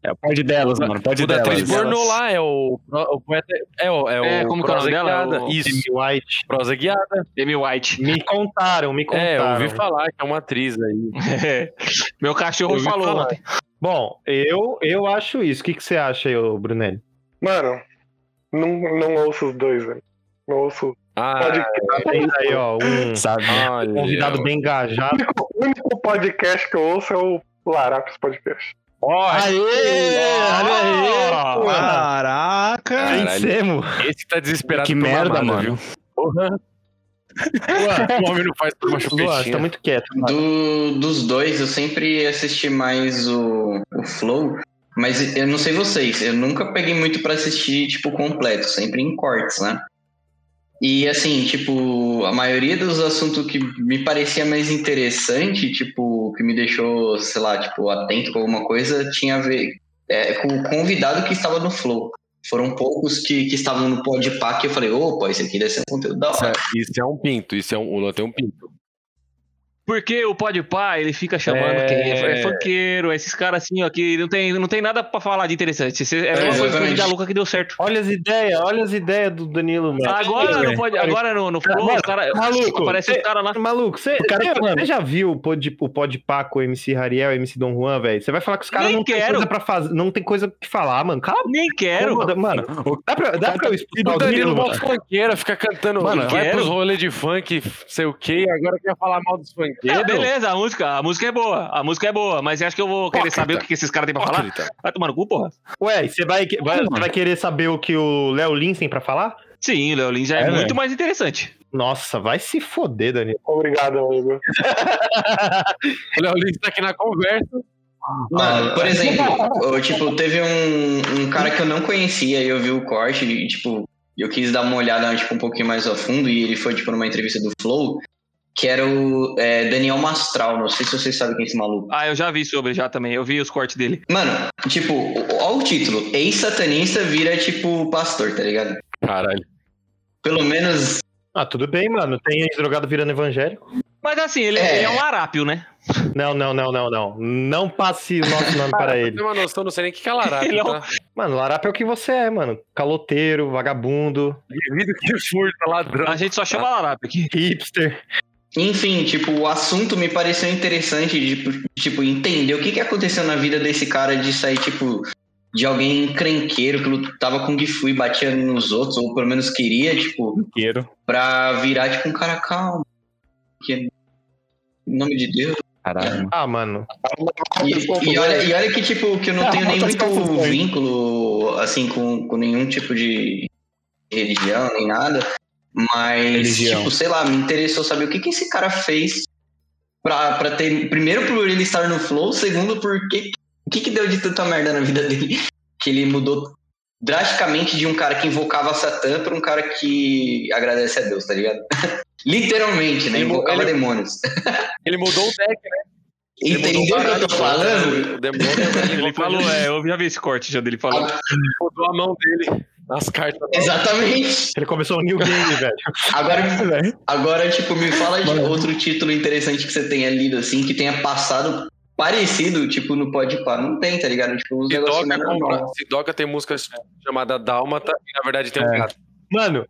É, pode delas, mano. Pode O da delas. atriz pornô lá é o, o poeta. É o, é o É, como que é o prosa nome dela? guiada. O- Isso, Amy White. prosa guiada. Demi <laughs> White. Me contaram, me contaram. É, tá, eu né? ouvi falar que é uma atriz aí. Meu cachorro ouvi falou falar. ontem. Bom, eu, eu acho isso. O que, que você acha aí, ô, Brunelli? Mano, não, não ouço os dois, velho. Não ouço. Ah, Pode... Tem aí, ó, um Sabe? olha. convidado bem engajado. O único podcast que eu ouço é o Larapes Podcast. Aê! Olha aí! porra. Caraca! Caralho. Vencemos! Esse tá desesperado Que por uma merda, amada, <laughs> mano. viu? O homem não faz por uma Luan, você tá chupetinha. muito quieto. mano. Do- dos dois, eu sempre assisti mais o, o Flow, mas eu não sei vocês, eu nunca peguei muito pra assistir, tipo, completo, sempre em cortes, né? E assim, tipo, a maioria dos assuntos que me parecia mais interessante, tipo, que me deixou, sei lá, tipo, atento com alguma coisa, tinha a ver é, com o convidado que estava no Flow. Foram poucos que, que estavam no Podpah que eu falei, opa, esse aqui deve ser um conteúdo da Isso hora. é- Isso é um pinto, isso é um. O Luan tem um pinto. Porque o Podpah, ele fica chamando É. quem é, é funkeiro, esses caras assim, ó, que não tem, não tem nada pra falar de interessante. Esse- É a mesma coisa que o exatamente. Vida Louca que deu certo. Olha as ideias, olha as ideias do Danilo, mano. Agora não pode. Agora no, no Flow, os cara, É. maluco, aparece cê- os caras lá. Maluco, você cara tá falando. já viu o pod, o pod Paco, o MC Rariel, MC Don Juan, velho? Você vai falar que os caras Nem não tem quero. coisa pra fazer, não tem coisa que falar, mano. Cala a Nem quero. boca, mano. Dá pra, dá pra eu E escutar do o Danilo, Danilo mal mano? funkeira, fica cantando. Mano, vai quero. pros rolês de funk, sei o quê, e agora quer falar mal dos funkeiros. É, beleza, a música, a música é boa. A música é boa, mas acho que eu vou querer Hipócrita. saber o que que esses caras têm pra falar? Hipócrita. Vai tomar no cu, porra. Ué, você vai, vai- você vai querer saber o que o Léo Lins tem pra falar? Sim, Léo Lins já é, É, muito velho. mais interessante. Nossa, vai se foder, Danilo. Obrigado, amigo. O Léo Lins tá aqui na conversa. Mano, por exemplo, eu, tipo, teve um, um cara que eu não conhecia e eu vi o corte e, tipo, eu quis dar uma olhada, tipo, um pouquinho mais a fundo e ele foi, tipo, numa entrevista do Flow, que era o é, Daniel Mastral, não sei se vocês sabem quem é esse maluco. Ah, eu já vi sobre já também. Eu vi os cortes dele. Mano, tipo, ó o título, ex-satanista vira, tipo, pastor, tá ligado? Caralho. Pelo menos, Ah, tudo bem, mano. Tem ex-drogado virando evangélico. Mas assim, ele é, ele é um larápio, né? Não, não, não, não, não. Não passe nosso nome para Eu ele. tenho uma noção, não sei nem o que que é larápio, Ele é um- tá? Mano, Larap é o que você é, mano. Caloteiro, vagabundo, Devido que furta, ladrão. A gente só chama larápio aqui. hipster. Enfim, tipo, o assunto me pareceu interessante, de, tipo, entender o que, que aconteceu na vida desse cara de sair, tipo, de alguém encrenqueiro que lutava com Gifu e batia nos outros, ou pelo menos queria, tipo, Queiro. pra virar, tipo, um cara calmo. Que, em nome de Deus. Caralho. Ah, mano. E, e olha, e olha que, tipo, que eu não tenho nem muito vínculo, assim, com, com nenhum tipo de religião, nem nada. Mas, Religião. tipo, sei lá, me interessou saber o que, que esse cara fez pra, pra ter... Primeiro, por ele estar no Flow. Segundo, porque... O que que deu de tanta merda na vida dele? <laughs> Que ele mudou drasticamente de um cara que invocava Satã pra um cara que agradece a Deus, tá ligado? <laughs> Literalmente, né? Ele- Invocava ele- demônios. Ah, Ele mudou o deck, ele mudou Entendeu o que eu tô falando? né? O demônio Ele falou, é, eu já vi esse corte já dele falando. mudou a mão dele nas cartas. Exatamente. Ele começou o New <laughs> Game, velho. Agora, agora, tipo, me fala de outro título interessante que você tenha lido, assim, que tenha passado parecido, tipo, no Podpah. Não tem, tá ligado? Tipo, uns negócios Sidoca, mais compra, normal. Sidoca tem música chamada Dálmata e na verdade tem um gato. Mano,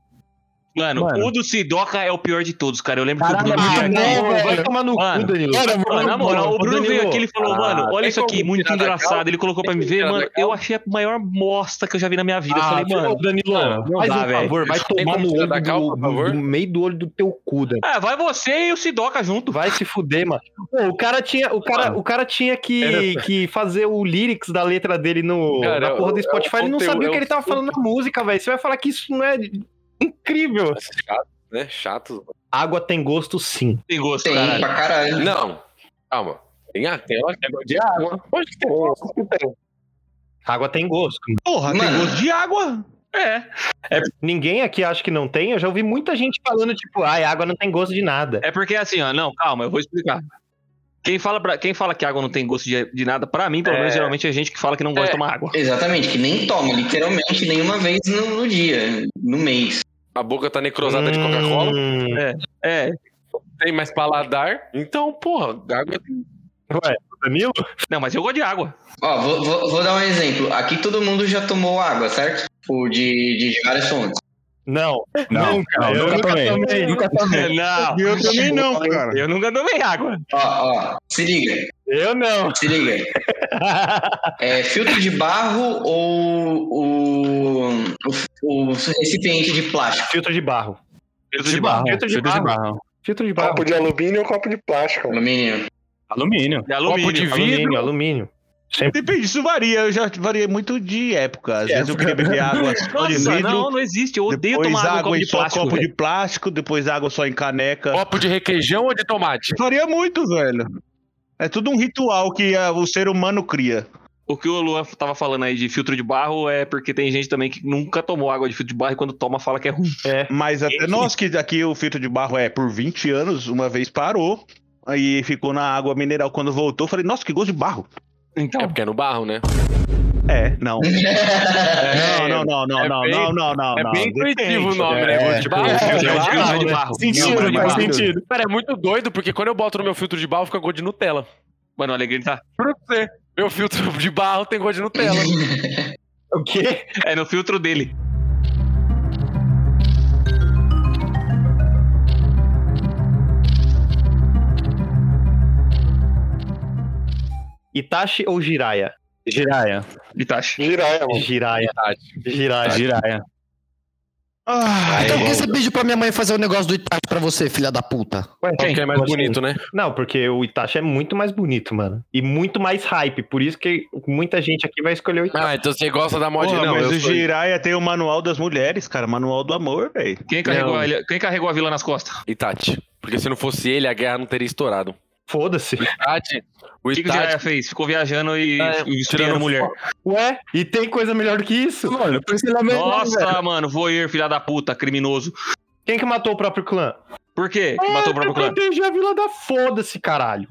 Mano, Mano. o do Sidoca é o pior de todos, cara. Eu lembro que o Bruno ah, veio aqui. não, velho. vai tomar no Mano. cu, Danilo. Cara, Mano, na moral, o Bruno veio aqui e ele falou, ah, mano, olha tem isso aqui, como muito tirar da engraçado. calça? Ele colocou pra Tem mim como ver, tirar mano, da calça? eu achei a maior bosta que eu já vi na minha vida. eu Ah, falei, mano, ô, Danilo, mano, não faz dá, um velho. favor, vai Tem tomar como no tirar olho da calça, do, por favor? do meio do olho do teu cu, Danilo. ah, vai você e o Sidoca junto. Vai se fuder, mano. Pô, o cara tinha, o cara, o cara tinha que, que fazer o lyrics da letra dele no, Cara, na porra do é o- Spotify. é o ele não conteúdo, sabia o um que é o ele tava falando na música, velho. Você vai falar que isso não é incrível. Chato, né? Chato. Água tem gosto, sim. Tem gosto, Tem, caralho. pra caralho. Não. Calma. Tem a tela que é negócio de água. Pode ter. Água tem gosto. Porra, tem Mano. gosto de água. É. Ninguém aqui acha que não tem. Eu já ouvi muita gente falando, tipo, ai, água não tem gosto de nada. É porque assim, ó, não, calma, eu vou explicar. Quem fala, pra, quem fala que água não tem gosto de, de nada, pra mim, pelo menos, geralmente é gente que fala que não gosta de tomar água. Exatamente, que nem toma, literalmente, nenhuma vez no, no dia, no mês. A boca tá necrosada de Coca-Cola. Hum, É. Tem mais paladar. Então, porra, água tem. Ué, É Danilo? Não, mas eu gosto de <laughs> água. Ó, vou, vou, vou dar um exemplo. Aqui todo mundo já tomou água, certo? Tipo, de, de, de várias fontes. Não. Não, nunca. não, eu nunca nunca tomei. tomei. Nunca tomei. Não, E eu também não, cara. eu nunca tomei água. Ó, ó, se liga, Eu <laughs> não. se liga. É, filtro de barro ou o, o, o recipiente de plástico? Filtro de barro. Filtro de barro. Filtro de Filtro de barro. barro. Filtro de barro. Copo de alumínio ou copo de plástico? mano? <laughs> Alumínio. Alumínio. De alumínio. tá de Alumínio, alumínio. <laughs> Depende, isso varia. Eu já variei muito de época. Às vezes eu queria beber água só de Nossa, vidro. não, não existe. Eu odeio Depois tomar água, água em copo de em só plástico. copo velho. de plástico, depois água só em caneca. Copo de requeijão ou de tomate? Varia muito, velho. É tudo um ritual que ah, o ser humano cria. O que o Luan tava falando aí de filtro de barro é porque tem gente também que nunca tomou água de filtro de barro e quando toma fala que é ruim. Mas até nós que aqui o filtro de barro é por 20 anos, uma vez parou. Aí ficou na água mineral. Quando voltou, eu falei, nossa, que gosto de barro. Então, É porque é no barro, né? É, não. não, não, não, não, é não, bem- não, não, Ah, não. É. é bem intuitivo o nome, né? Gosto de barro. filtro de Claro. barro, de barro. Sentido, Não, faz né? barro. sentido. Cara, é muito doido, porque quando eu boto no meu filtro de barro, fica gosto de Nutella. Mano, o Alegre tá. Pra você. Meu filtro <laughs> de barro tem gosto de Nutella. O quê? É no filtro dele. Itachi ou Jiraya? Jiraya. Itachi. É, Jiraya, mano. Jiraya. Jiraya. Jiraya. Ah, Então por que você pediu pra minha mãe fazer o negócio do Itachi pra você, filha da puta? Ué, assim, Quem que é mais bonito, né? Não, porque o Itachi é muito mais bonito, mano. E muito mais hype. Por isso que muita gente aqui vai escolher o Itachi. Ah, então você gosta da mod. Porra, não, mas eu o sou- Jiraiya tem o manual das mulheres, cara. Manual do amor, velho. Quem carregou, a ilha- quem carregou a vila nas costas? Itachi. Porque se não fosse ele, a guerra não teria estourado. Foda-se. Itachi, o O que, que o Itachi. Jiraiya fez? Ficou viajando e, É, e espiando tirando mulher. Ué, e tem coisa melhor do que isso? Mano, por isso ele é melhor, Nossa, velho. mano, voyeur, filha da puta, criminoso. Quem que matou o próprio clã? Por quê? É, Que matou o próprio Pra clã. proteger a vila da foda-se, caralho.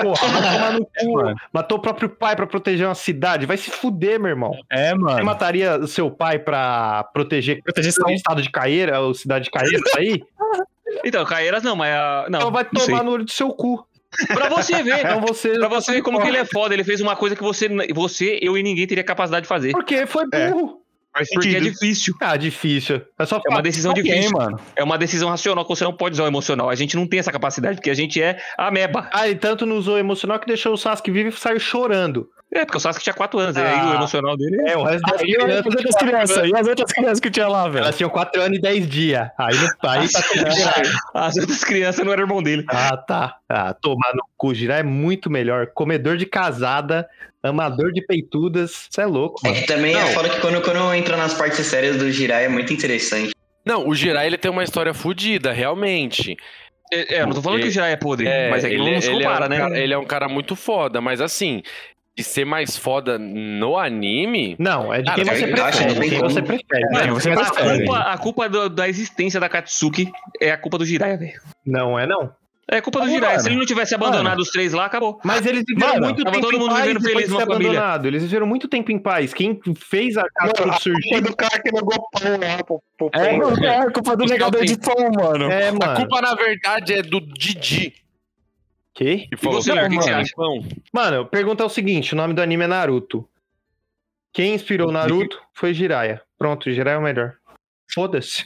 Porra, vai <laughs> tomar no cu. Mano. Matou o próprio pai pra proteger uma cidade. Vai se fuder, meu irmão. É, Você mano. mataria o seu pai pra proteger Proteger é o saúde. estado de Caeira, o cidade de Caeira, isso aí? Então, Caeiras não, mas. ah, Não, Então vai não sei. tomar no olho do seu cu. Pra você ver. Então você. Pra você ver como que ele é importa. foda, ele fez uma coisa que você, você eu e ninguém teria capacidade de fazer. Porque foi burro. Faz Porque é sentido. difícil. Ah, difícil. É só É falar uma decisão com alguém, difícil. mano. É uma decisão racional que você não pode usar o emocional. A gente não tem essa capacidade, porque a gente é ameba. Ah, e tanto não usou emocional que deixou o Sasuke vivo e saiu chorando. É, porque o Sasuke tinha 4 anos, e aí Ah. o emocional dele É, o resto das E as crianças. outras crianças? E as outras crianças que tinha lá, velho? Elas tinham 4 anos e 10 dias. Aí no país tá <laughs> tudo As outras crianças não eram irmão dele. Ah, tá. Ah, tomar no cu, girar é muito melhor. Comedor de casada, amador de peitudas. Você é louco, É mano. que também Não. é foda que quando, quando entra nas partes sérias do Jirai é muito interessante. Não, o Jirai ele tem uma história fodida, realmente. É, é, eu não tô falando que o Jiraiya é podre, É, mas é que não se compara, é um né? cara- ele é um cara muito foda, mas assim, de ser mais foda no anime. Não, é de Cara, quem você eu acho que prefere. não tem Quem como. você prefere. Mano, né? você a prefere. culpa, a culpa do- da existência da Katsuki é a culpa do Jiraiya, velho. Não é, não. É culpa do Mano. Jiraiya. Se ele não tivesse abandonado Mano. os três lá, acabou. Mas eles viveram Mano, muito tava tempo todo em mundo paz vivendo depois feliz de numa ser família. abandonado. Eles viveram muito tempo em paz. Quem fez a Mano, Katsuki a surgir... culpa do cara que negou pão lá pro, pro É, povo. mano, é a culpa do Os negador caras de pão, mano. É, mano. A culpa, na verdade, é do Didi. Que? Que E você, Léo, o que que você acha? Mano, a pergunta é o seguinte: o nome do anime é Naruto. Quem inspirou Naruto foi Jiraiya. Pronto, Jiraiya é o melhor. Foda-se.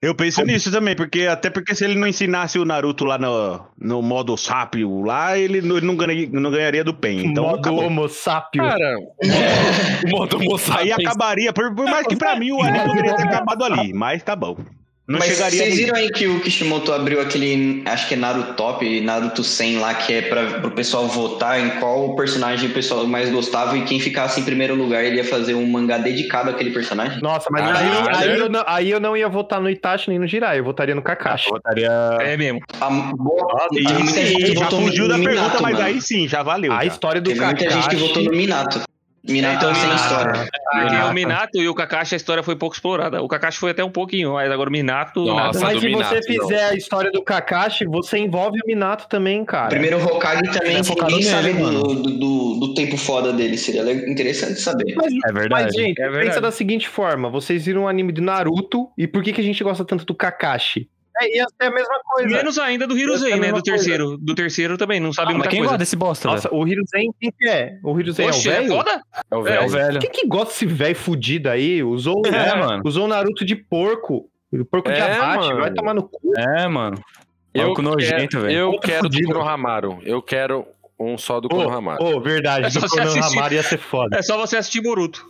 Eu penso nisso também, porque até porque se ele não ensinasse o Naruto lá no, no modo sápio lá, ele não, ele não ganharia, não ganharia do PEN. Então Modo acabou. Homo sapiens. Cara, o modo moçada. aí acabaria, por, por mais que pra mim o anime poderia ter acabado ali, mas tá bom. Não Mas chegaria vocês ali. viram aí que o Kishimoto abriu aquele, acho que é Naruto Top, Naruto 100 lá, que é para pro pessoal votar em qual personagem o pessoal mais gostava e quem ficasse em primeiro lugar ele ia fazer um mangá dedicado àquele personagem. Nossa, mas Ah, aí, é. aí eu não, aí eu não ia votar no Itachi nem no Jiraiya, eu votaria no Kakashi. Tá É mesmo. A, boa, E teve muita gente que já votou fugiu no da Minato, pergunta, mas mano. aí sim, já valeu. A já. história do Teve muita gente que votou Kakashi. no Minato. Minato Então, é um sem história. Porque Minato. o Minato e o Kakashi, a história foi pouco explorada. O Kakashi foi até um pouquinho, mas agora o Minato. Nossa. nada. Nossa, Mas do se você Minato, não. fizer a história do Kakashi, você envolve o Minato também, cara. Primeiro Hokage também, É que focado ninguém sabe nele, do, mano. do, do- do tempo foda dele. Seria le- interessante saber. Mas, É verdade. mas, gente, É pensa verdade. da seguinte forma: vocês viram um anime de Naruto, e por que, que a gente gosta tanto do Kakashi? É, ia ser a mesma coisa. Menos ainda do Hiruzen, Eu né? também Do não coisa. terceiro. Do terceiro também, não sabe Ah, mas muita quem coisa. gosta desse bosta, velho? Nossa, o Hiruzen, quem que é? O Hiruzen Oxe, é o é velho? foda? É o É, velho. o velho. Quem que gosta desse velho fudido aí? Usou, o- É, mano. usou o Naruto de porco. O porco de É, abate, mano. vai tomar no cu. É, mano. Eu Maluco nojento, quero, velho. eu Puta quero do fudido. Konohamaru. Eu quero um só do Konohamaru. Ô, verdade, É do só se Conan assistir. Hamara ia ser foda. É só você assistir Boruto.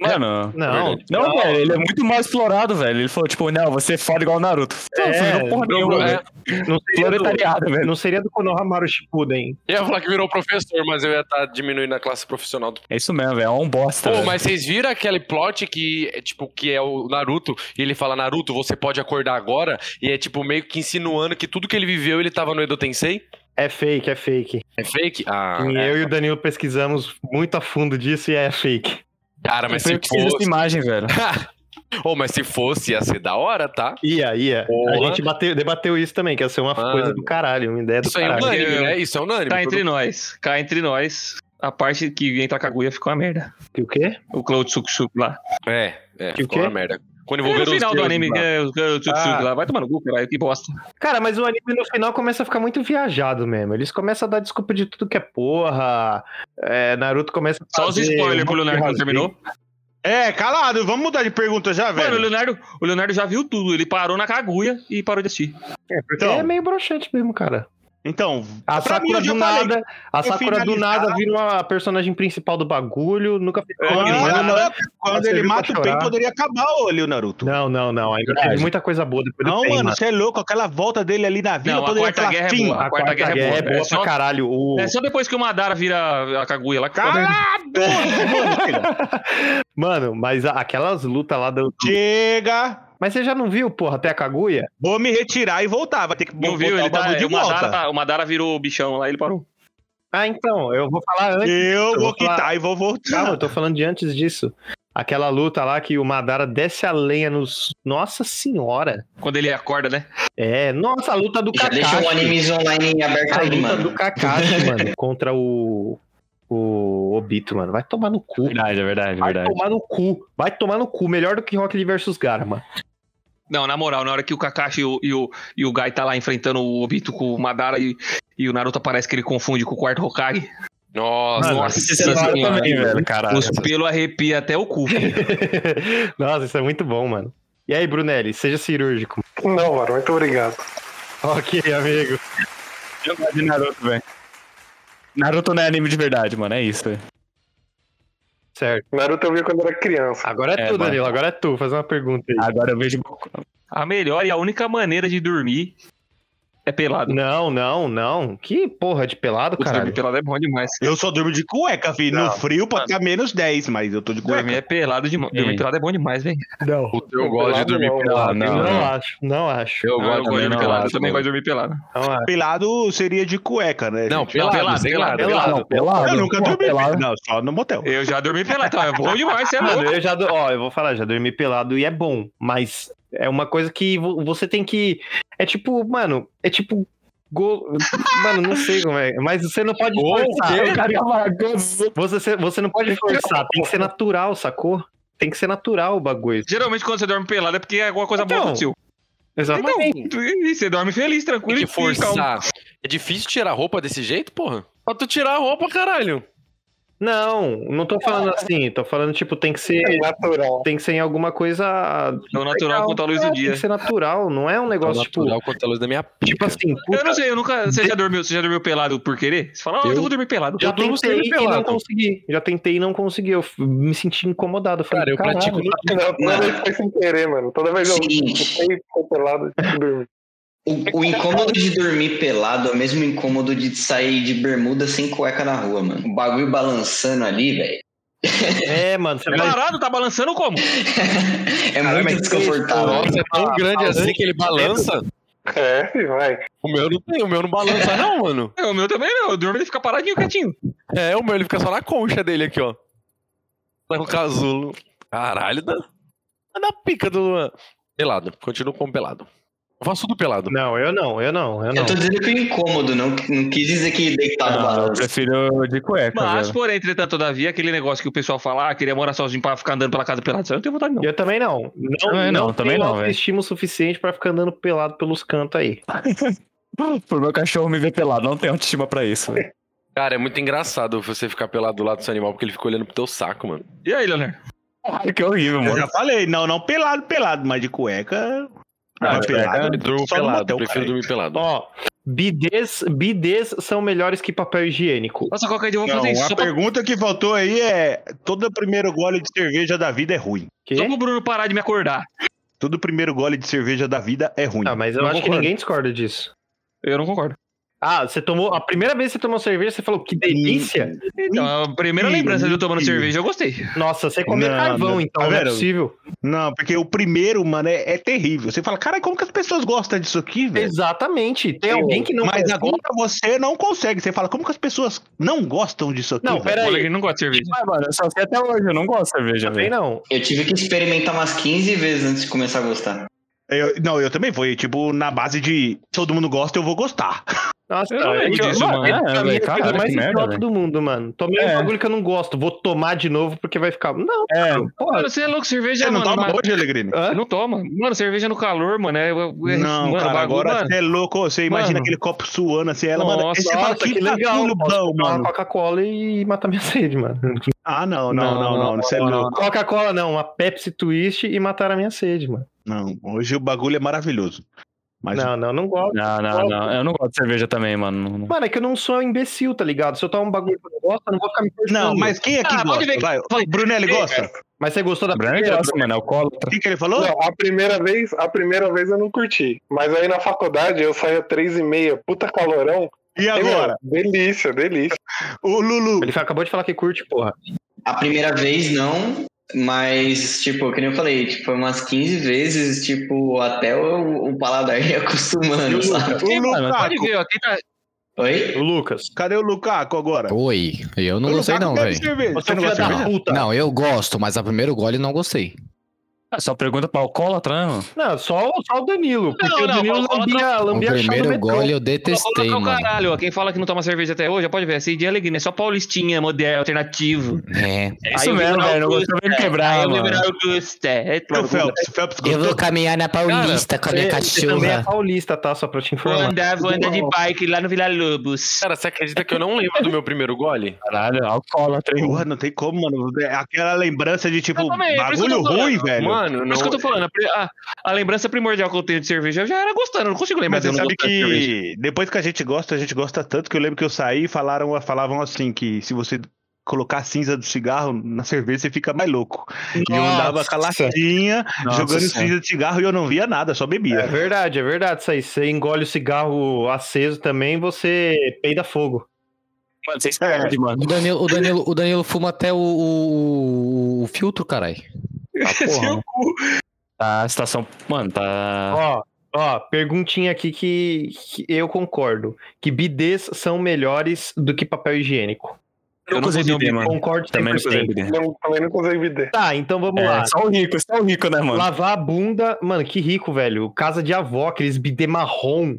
Mano. Não, Verdade. Não, velho, ele é muito mais explorado, velho. Ele falou, tipo, não, você é foda igual o Naruto. Não, você não é porra Virou- nenhuma, é, velho. não seria Proletariado, do, velho. não seria do Konohamaru Shippuden. eu ia falar que virou professor, mas eu ia estar diminuindo a classe profissional do. É isso mesmo, velho. É um bosta. Pô, velho. mas vocês viram aquele plot que é tipo que é o Naruto e ele fala Naruto, você pode acordar agora e é tipo meio que insinuando que tudo que ele viveu ele tava no Edo Tensei? É fake, é fake. É fake? Ah, E eu e o Danilo pesquisamos muito a fundo disso e é fake. cara, Ah, É mas se eu preciso dessa fosse, imagem, velho. <laughs> Ô, mas se fosse ia ser da hora, tá? <laughs> Ia, ia. Porra. A gente bateu- debateu isso também, que ia ser uma Mano. coisa do caralho, uma ideia do Isso aí é caralho. unânime, né? Isso é unânime. Tá entre nós. Cá entre nós. A parte que entra a Kaguya ficou uma merda. Que o quê? O Cloud Tsuksuki lá. É, é, Que o ficou quê? uma merda. Quando É, envolveram no os final do deuses anime, lá. é, o Cloud Tsuksuki Ah. lá. Vai tomar no cu, caralho, que bosta. Cara, mas o anime no final começa a ficar muito viajado mesmo. Eles começam a dar desculpa de tudo que é porra. É, Naruto começa a Só os fazer spoilers um pro monte de Leonardo quando rasgo. terminou. É, calado, vamos mudar de pergunta já, Mano, o velho. Leonardo, o Leonardo já viu tudo. Ele parou na Kaguya e parou de assistir. É, porque Então. é meio broxante mesmo, cara. Então, A pra mim Sakura eu do já falei. nada, a Pra Sakura do finalizar- nada vira a personagem principal do bagulho, nunca fez É, porra que não é nenhuma. Quando, quando né? Você ele viu mata pra o PEN, chorar. poderia acabar olha, o Naruto. Não, não, não. Ainda teve muita coisa boa depois Não, do Pain, mano, você é louco. Aquela volta dele ali na vila Não, a poderia quarta falar guerra é fim. boa. A quarta, guerra, é boa só- pra caralho. O... É só depois que o Madara vira a Kaguya lá. que ficou merda. <laughs> Calado! mano, chega. Mano, mas a- aquelas lutas lá do. chega! Mas você já não viu, porra, até a Kaguya? Vou me retirar e voltar. Vai ter que Não botar viu? o Ele tá, bagulho de o, Madara volta. tá- o Madara virou o bichão lá, ele parou. Ah, então, eu vou falar antes. Eu vou vou falar- quitar e vou voltar. Calma, eu tô falando de antes disso. Aquela luta lá que o Madara desce a lenha nos. Nossa senhora! Quando ele acorda, né? É, nossa, a luta do Já deixou Kakashi. o anime online aberto A aí, luta mano. Ah, tá do Kakashi, mano, contra o. O Obito, mano. Vai tomar no cu. Verdade, é verdade, é Vai verdade. tomar no cu. Vai tomar no cu. Melhor do que Rock Lee vs Gara, mano. <laughs> Não, na moral, na hora que o Kakashi e o, e o, e o Gai tá lá enfrentando o Obito com o Madara e, e o Naruto parece que ele confunde com o quarto Hokage. Nossa, Nossa, esse senhora, cenário mano. também, velho, caralho. Os pelos arrepiam até o cu. Nossa, isso é muito bom, mano. E aí, Brunelli, seja cirúrgico. <laughs> Não, mano, muito obrigado. Ok, amigo. Eu gosto de Naruto, velho. Naruto não é anime de verdade, mano. É isso, velho. Certo. Naruto eu vi quando era criança. Agora é, É, tu, mano. Danilo. Agora é tu. Faz uma pergunta aí. Agora eu vejo. A melhor e a única maneira de dormir é pelado. Não, não, não. Que porra de pelado, Putz, cara. dormir pelado é bom demais. Eu só durmo de cueca, filho. No Não. frio pode ficar menos 10, mas eu tô de cueca. Dormir é pelado demais. Dormir Sim. pelado é bom demais, velho. Não. Eu gosto de dormir Não, pelado. Não, Não, não. acho. Não acho. Eu Não, Ah, Eu, gosto gosto de dormir pelado. Eu também gosto gosto de dormir pelado. Não acho. Pelado seria de cueca, né? Não, gente? pelado, pelado, sem pelado, nada. pelado. Não, pelado. eu nunca Pô, dormi pelado. pelado. Não, só no motel. Eu já dormi pelado, então é bom demais, você é louco. Mano, eu já. do- Ó, eu vou falar, já dormi pelado e é bom, mas é uma coisa que vo- você tem que. É tipo, mano, é tipo. Gol. Mano, não sei como é. Mas você não pode forçar. O cara marcou z- Você, você não pode forçar, tem que ser natural, sacou? Tem que ser natural o bagulho. <laughs> Geralmente quando você dorme pelado é porque alguma coisa Então, boa aconteceu. Então, Exatamente. e você dorme feliz, Tem tranquilo. que e calmo. forçar. É difícil tirar roupa desse jeito, porra? Pra tu tirar a roupa, caralho. Não, não tô falando assim, tô falando, tipo, tem que É ser. natural. Tem que ser em alguma coisa. Tão natural quanto a luz É, do Tem dia. que ser natural, não é um negócio, tipo. natural quanto a luz da minha Tipo assim, puta, Eu não sei, eu nunca. Você já dormiu, você já dormiu pelado por querer? Você fala, ah, eu, Eu- vou dormir pelado. Já Eu durmo tentei sempre e não pelado. consegui. Já tentei e não consegui. Eu f- me senti incomodado. Eu falei, Cara, eu "Caralho, pratico no Não, toda Não. vez foi sem querer, mano. Toda vez eu Seguinte. fiquei pelado e dormi. O, o incômodo de dormir pelado é o mesmo incômodo de sair de bermuda sem cueca na rua, mano. O bagulho balançando ali, velho. É, mano. Você vai... Parado, tá balançando como? É mas que muito desconfortável. Nossa, é tá tão grande assim que ele balança. É, filho, vai. O meu não tem, o meu não <laughs> balança, não, mano. É, o meu também não. Eu durmo ele fica paradinho, quietinho. É, o meu ele fica só na concha dele aqui, ó. Tá no casulo. Caralho, dá, dá pica do Luan. Pelado, continuo como pelado. Eu faço tudo pelado. Não, eu não, eu não, eu não. Eu tô dizendo que é incômodo, não, não quis dizer que deitado Não, Ah, eu balança. prefiro de cueca, Mas, velho. porém, entretanto, todavia, aquele negócio que o pessoal fala, ah, queria morar sozinho pra ficar andando pela casa pelado. Isso aí Eu não tenho vontade, não. Eu também não. Não, Também não, também não, velho. autoestima o suficiente pra ficar andando pelado pelos cantos aí. Por meu cachorro me ver pelado. Não tem autoestima pra isso, velho. Cara, é muito engraçado você ficar pelado do lado do seu animal porque ele fica olhando pro teu saco, mano. E aí, Leonardo? Caralho, que horrível, Eu mano. já falei, não, não pelado, pelado, mas de cueca. Ah, mas de pelado. Eu durmo é. só no pelado, motel, prefiro cara. dormir pelado. Ó, bidês, bidês são melhores que papel higiênico. Nossa, qualquer dia eu vou Não, fazer isso. a Só pra, pergunta que faltou aí é: todo primeiro gole de cerveja da vida é ruim. Quê? só pro Bruno parar de me acordar. Todo primeiro gole de cerveja da vida é ruim. Ah, mas eu Não acho que concordo. ninguém discorda disso. Eu não concordo. Ah, você tomou. A primeira vez que você tomou cerveja, você falou que delícia. Então, a primeira Ih, lembrança de eu tomando ih. cerveja, eu gostei. Nossa, você comeu Não, carvão, não. então Tá não é vendo? possível. Não, porque o primeiro, mano, é, é terrível. Você fala, cara, como que as pessoas gostam disso aqui, velho? Exatamente. Tem alguém que não É. é Mas gosta? agora você não consegue. Você fala, como que as pessoas não gostam disso aqui? Não, velho?" peraí. O Alegre não gosta de cerveja. Ah, mano, eu só sei até hoje. Eu não gosto de cerveja, Também velho. não. Eu tive que experimentar umas 15 vezes antes de começar a gostar. Eu- não, eu também fui, tipo, na base de todo mundo gosta, eu vou gostar. Nossa, Eu não lembro que- disso, mano. pra É, mim, velho, é a coisa caralho, mais que merda, idiota velho. do mundo, mano. Tomei um É. bagulho que eu não gosto, vou tomar de novo porque vai ficar. Não, É, Mano, você é louco, cerveja, Você não tá mano. toma mas- hoje, Alegrine? Eu Não toma. Mano, cerveja no calor, mano. É, é- é- Não, mano, cara, bagulho, agora mano. você é louco. Você imagina Mano. aquele copo suando assim, ela, mano. Nossa, Esse você fala, nossa, que legal. bagulho Posso bom, tomar mano. uma Coca-Cola e matar minha <laughs> sede, mano. Ah, não, não, não, não, você é louco. Coca-Cola não, uma Pepsi Twist e matar a minha sede, mano. Não, hoje o bagulho é maravilhoso. Mas Não, não, não gosto. Não, não, não. Eu não gosto de cerveja também, mano. Não- Mano, é que eu não sou imbecil, tá ligado? Se eu tomar um bagulho que eu não gosto, eu não vou ficar me Não, perguntando. mas quem aqui Ah, pode gosta? ver que- Vai, falei- Brunelli gosta? Mas você gostou da Branco primeira? gosta, mano. né? É alcoólatra. O que, que ele falou? Não, a primeira vez, a primeira vez eu não curti. Mas aí na faculdade eu saía três e meia, puta calorão. E E, meu, agora? delícia, delícia. O Lulu. Ele acabou de falar que curte, porra. A primeira vez não, mas, tipo, que nem eu falei, tipo, foi umas 15 vezes, tipo, até o, o paladar <laughs> ir acostumando, sabe? O Pode Lukaku. ver, ó, quem tá- Oi? O Lucas. Cadê o Lukaku agora? Oi, eu não O é gostei Lukaku não, bebe velho. cerveja. Você Você é um não filho gosta de da cerveja? puta. Não, eu gosto, mas a primeiro gole eu não gostei. Ah, Só pergunta pra alcoólatra, né, mano? Não, só, só o Danilo. Porque o Danilo lambia, lambia o primeiro gole eu Coloca detestei, é o mano. caralho, ó. Quem fala que não toma cerveja até hoje, já pode ver. Assim, de alegria, é só paulistinha, moderno, alternativo. É. É isso mesmo, velho. Eu tô vendo Ah, quebrar, Aí o mano. liberal Augusta. É E o troco. Phelps, Phelps Eu gostou. vou caminhar na Paulista com a minha Você também é cachorra. paulista, tá? Só pra te Vou informar. andar, vou andar de bike lá no Vila Lobos. Cara, você acredita que eu não lembro do meu primeiro gole? Caralho, alcoólatra, hein? Porra, não tem como, mano. É Aquela lembrança de, tipo, Eu também, é por isso que eu bagulho tô falando. ruim, velho. Mano, Por isso não. que eu tô falando, a pri- a, a lembrança primordial que eu tenho de cerveja, eu já era gostando, eu não consigo lembrar Mas de eu você não sabe gostar de <laughs> cerveja. que depois que a gente gosta, a gente gosta tanto que eu lembro que eu saí e falaram, falavam assim, que se você colocar a cinza do cigarro na cerveja, você fica mais louco. E eu andava com a latinha, Nossa jogando Senhora. cinza de cigarro e eu não via nada, só É bebia. verdade, é verdade isso aí. Você engole o cigarro aceso também, você peida fogo. Mano, você explode, mano. O Danilo, o, Danilo, o Danilo fuma até o, o- o filtro, caralho. Ah, <laughs> Seu cu. Tá, a situação. Mano, Ah. tá. Ó, ó, perguntinha aqui que, que eu concordo. Que bidês são melhores do que papel higiênico. Eu nunca usei bidê, mano. Concordo Também não usei 100%. bidê. Não, também não consigo viver. Tá, então vamos lá. É, só o rico, só o rico, né, mano? Lavar a bunda, mano, que rico, velho. Casa de avó, aqueles bidê marrom.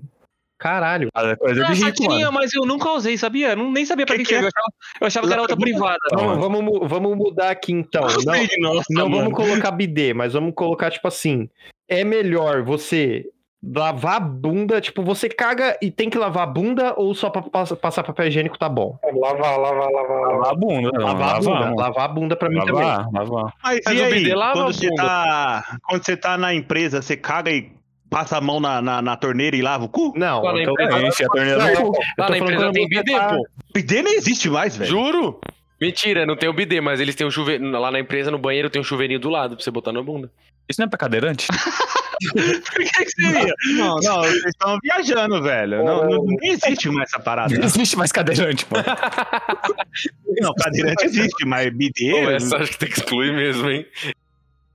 Caralho. Ah, é coisa de Ah, rico, tinha, mano. mas eu nunca usei, sabia? Eu não- nem sabia pra que, Que que, que é? servia. Eu achava, eu achava que era outra privada. Tá, Vamos, vamos, mu- vamos mudar aqui então. Não, nossa, não vamos colocar bidê, mas vamos colocar, tipo assim. É melhor você lavar a bunda, tipo, você caga e tem que lavar a bunda ou só pra passa- passar papel higiênico tá bom? É, Lavar, lavar, lavar, lavar. Lavar a bunda, mano. Lavar a bunda, mano. lavar a bunda pra mim também. Lavar, É, lavar. Mas Mas e o aí, BD lava quando a você, bunda. tá, quando você tá na empresa, você caga e passa a mão na, na, na torneira e lava o cu? Não, Fala aí, então, né? peraí. É, enche a torneira Não, do cu. eu Lá tô na falando empresa tem quando BD, você tá- pô. PD nem existe mais, velho. Juro? Mentira, não tem o bidê, mas eles têm um chuveiro. Lá na empresa, no banheiro, tem um chuveirinho do lado pra você botar na bunda. Isso não é pra cadeirante? Por que que seria? Não, não, vocês estão viajando, velho. Não, não, não existe mais essa parada. Não existe mais cadeirante, <laughs> mano. Não, cadeirante existe, mas BD. Pô, essa acho que tem que excluir mesmo, hein?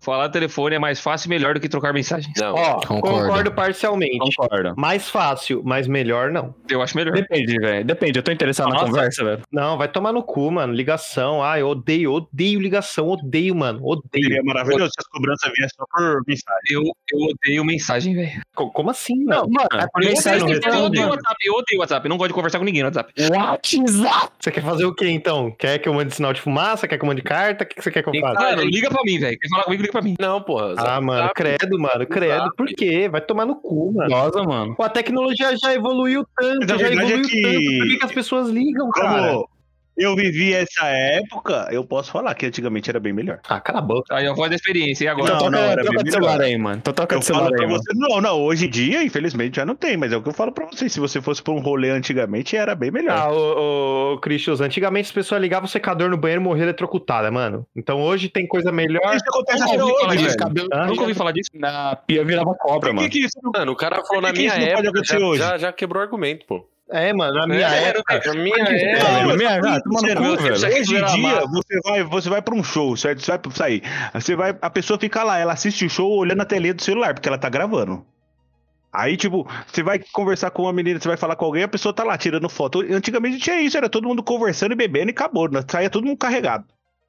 Falar telefone é mais fácil e melhor do que trocar mensagens. Não. Ó, Concordo. concordo parcialmente. Concordo. Mais fácil, mas melhor não. Eu acho melhor. Depende, velho. Depende, eu tô interessado na Nossa. conversa, velho. Não, vai tomar no cu, mano. Ligação. Ah, eu odeio, odeio ligação, odeio, mano. Odeio. Seria maravilhoso se as cobranças viessem só por mensagem. Eu, eu odeio mensagem, velho. Co- Como assim, mano? mano. Eu odeio, não eu responde. odeio WhatsApp, eu odeio WhatsApp. Não gosto de conversar com ninguém no WhatsApp. WhatsApp! Você quer fazer o quê, então? Quer que eu mande sinal de fumaça? Quer que eu mande carta? O que que você quer que eu faça? Mano, liga pra mim, velho. Quer falar comigo, liga pra mim. Não, porra. Ah, mano, credo, mano, credo. Por quê? Vai tomar no cu, mano. Nossa, mano. Pô, a tecnologia já evoluiu tanto, Então, Mas a já verdade é evoluiu que- tanto. Por que, que as pessoas ligam, cara? Como eu vivi essa época, eu posso falar que antigamente era bem melhor. Ah, cala a boca. Aí eu voz da experiência. E agora? Então Não, toca, não, era toca bem de melhor. celular aí, mano. Então toca Eu de celular falo pra aí, mano. você, não, não, hoje em dia, infelizmente, já não tem, mas é o que eu falo pra vocês. Se você fosse pra um rolê antigamente, era bem melhor. Ah, ô, ô, ô Cristius, antigamente as pessoas ligavam o secador no banheiro e morriam eletrocutadas, mano. Então hoje tem coisa melhor. isso acontece eu até ouvi falar hoje, disso. velho. cabelo Hã? Nunca ouvi falar disso. na pia virava cobra, Por que mano. que isso não- Mano, o cara Por falou que na que minha isso não pode época. acontecer Já, hoje? já, já quebrou argumento, pô. É, mano, na minha É, época. Na minha época. Não, tá velho, eu minha- tô ah, tomar no sincero, cu, eu- velho. Hoje em Era dia, massa. você vai, você vai pra um show, certo? Você vai pra sair. Você vai, a pessoa fica lá, ela assiste o show olhando a tele do celular, porque ela tá gravando. Aí, tipo, você vai conversar com uma menina, você vai falar com alguém, a pessoa tá lá tirando foto. Antigamente tinha isso, era todo mundo conversando e bebendo e acabou. né? Saía todo mundo carregado.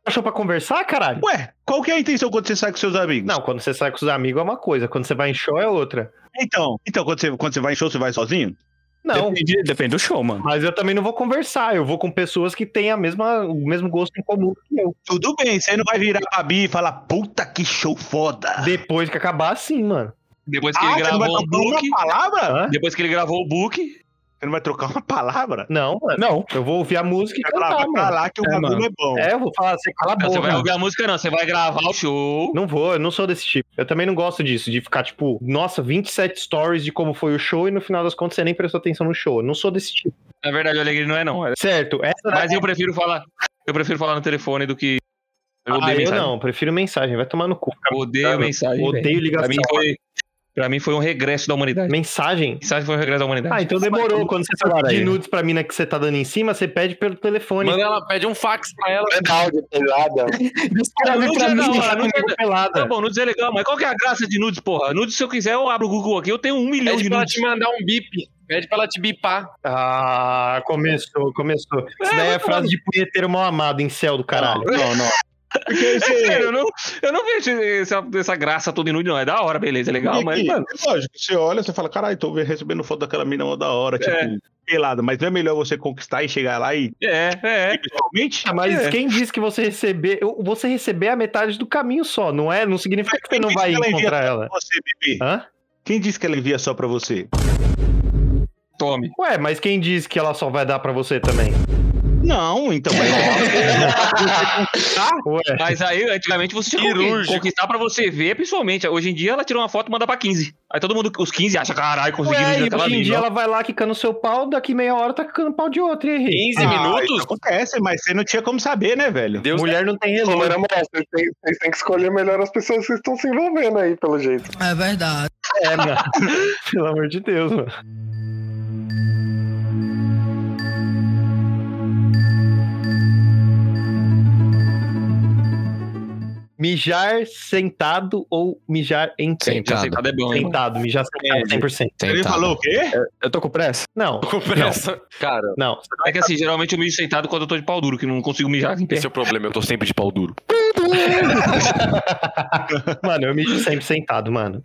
Achou pra conversar, caralho? Ué, qual que é a intenção quando você sai com seus amigos? Não, quando você sai com os amigos é uma coisa, quando você vai em show é outra. Então, então quando, você, quando você vai em show, você vai sozinho? Não, Depende, depende do show, mano. mas eu também não vou conversar, eu vou com pessoas que têm a mesma, o mesmo gosto em comum que eu. Tudo bem, você não vai virar pra Bi e falar, puta que show foda. Depois que acabar, sim, mano. Depois que Ah, ele você não vai gravou o trocar book. uma palavra? Hã? Depois que ele gravou o book. Você não vai trocar uma palavra? Não, mano. Não. Eu vou ouvir a música e Vai falar, cantar, vai mano. falar que o É, bagulho mano. é bom. É, eu vou falar assim, cala a Não, você vai boca. ouvir a música, não. Você vai gravar o show. Não vou, eu não sou desse tipo. Eu também não gosto disso, de ficar, tipo, nossa, 27 stories de como foi o show e no final das contas você nem prestou atenção no show. Eu não sou desse tipo. Na verdade, o Alegre não é, não. Certo, essa Mas eu prefiro falar. Eu prefiro falar no telefone do que. Eu ah, odeio eu mensagem. não, prefiro mensagem, vai tomar no cu. Eu Odeio Cara, mensagem. velho. Odeio Pra mim, ligação. foi, pra mim foi um regresso da humanidade. Mensagem? Mensagem foi um regresso da humanidade. Ah, então demorou. Quando você celular tá de aí. nudes pra mina que você tá dando em cima, você pede pelo telefone. Manda ela, pede um fax pra ela. Manda áudio pelada. tá Ah, Não, é um Descreve não tinha não, mano, Ela não tinha- me pegou pelada. Tá bom, nudes é legal, mas qual que é a graça de nudes, porra? Nudes, se eu quiser, eu abro o Google aqui, eu tenho um milhão Pede de pra ela nudes. te mandar um bip. Pede pra ela te bipar. Ah, começou, começou. Isso daí é frase de punheteiro mal amado, em céu do caralho. Não, não. É sério, <laughs> eu não, eu não vejo essa, essa graça toda inútil, não. É da hora, beleza, é legal, E mas, que, mano. Lógico, você olha, você fala, caralho, tô ve- recebendo foto daquela mina mó da hora, É. tipo, pelada. Mas não é melhor você conquistar e chegar lá e... É, é. Pessoalmente? Ah, <laughs> Mas É. quem disse que você receber, eu- você receber a metade do caminho só, não é? Não significa que você não Quem vai disse que envia encontrar só ela. pra Você, bebê? Hã? Quem disse que ela envia só pra você? Tome. Ué, mas quem disse que ela só vai dar pra você também? Não, então... Ué. Mas aí, antigamente, você tinha que Cirúrgico. conquistar pra você ver pessoalmente. Hoje em dia, ela tirou uma foto e manda pra 15. Aí todo mundo, os 15, acha, caralho, conseguiram Ué, tirar e aquela hoje em mina. dia ela vai lá quicando seu pau, daqui meia hora tá quicando pau de outro, e aí? Ah, 15 Ah, isso minutos? acontece, mas você não tinha como saber, né, velho? Deus Mulher não tem Ô, mas relógio. na moral, vocês têm, vocês têm que escolher melhor as pessoas que vocês estão se envolvendo aí, pelo jeito. É verdade. É, mano. <laughs> Pelo amor de Deus, mano. Mijar sentado ou mijar em pé? Já sei que tá de bom, hein? Sentado, mijar sentado 100%. Ele falou o quê? Eu tô com pressa? Não, Com pressa. Cara, não. É que assim, geralmente eu mijo sentado quando eu tô de pau duro, que não consigo mijar em pé. esse é o problema, eu tô sempre de pau duro. Mano, eu mijo sempre sentado, mano.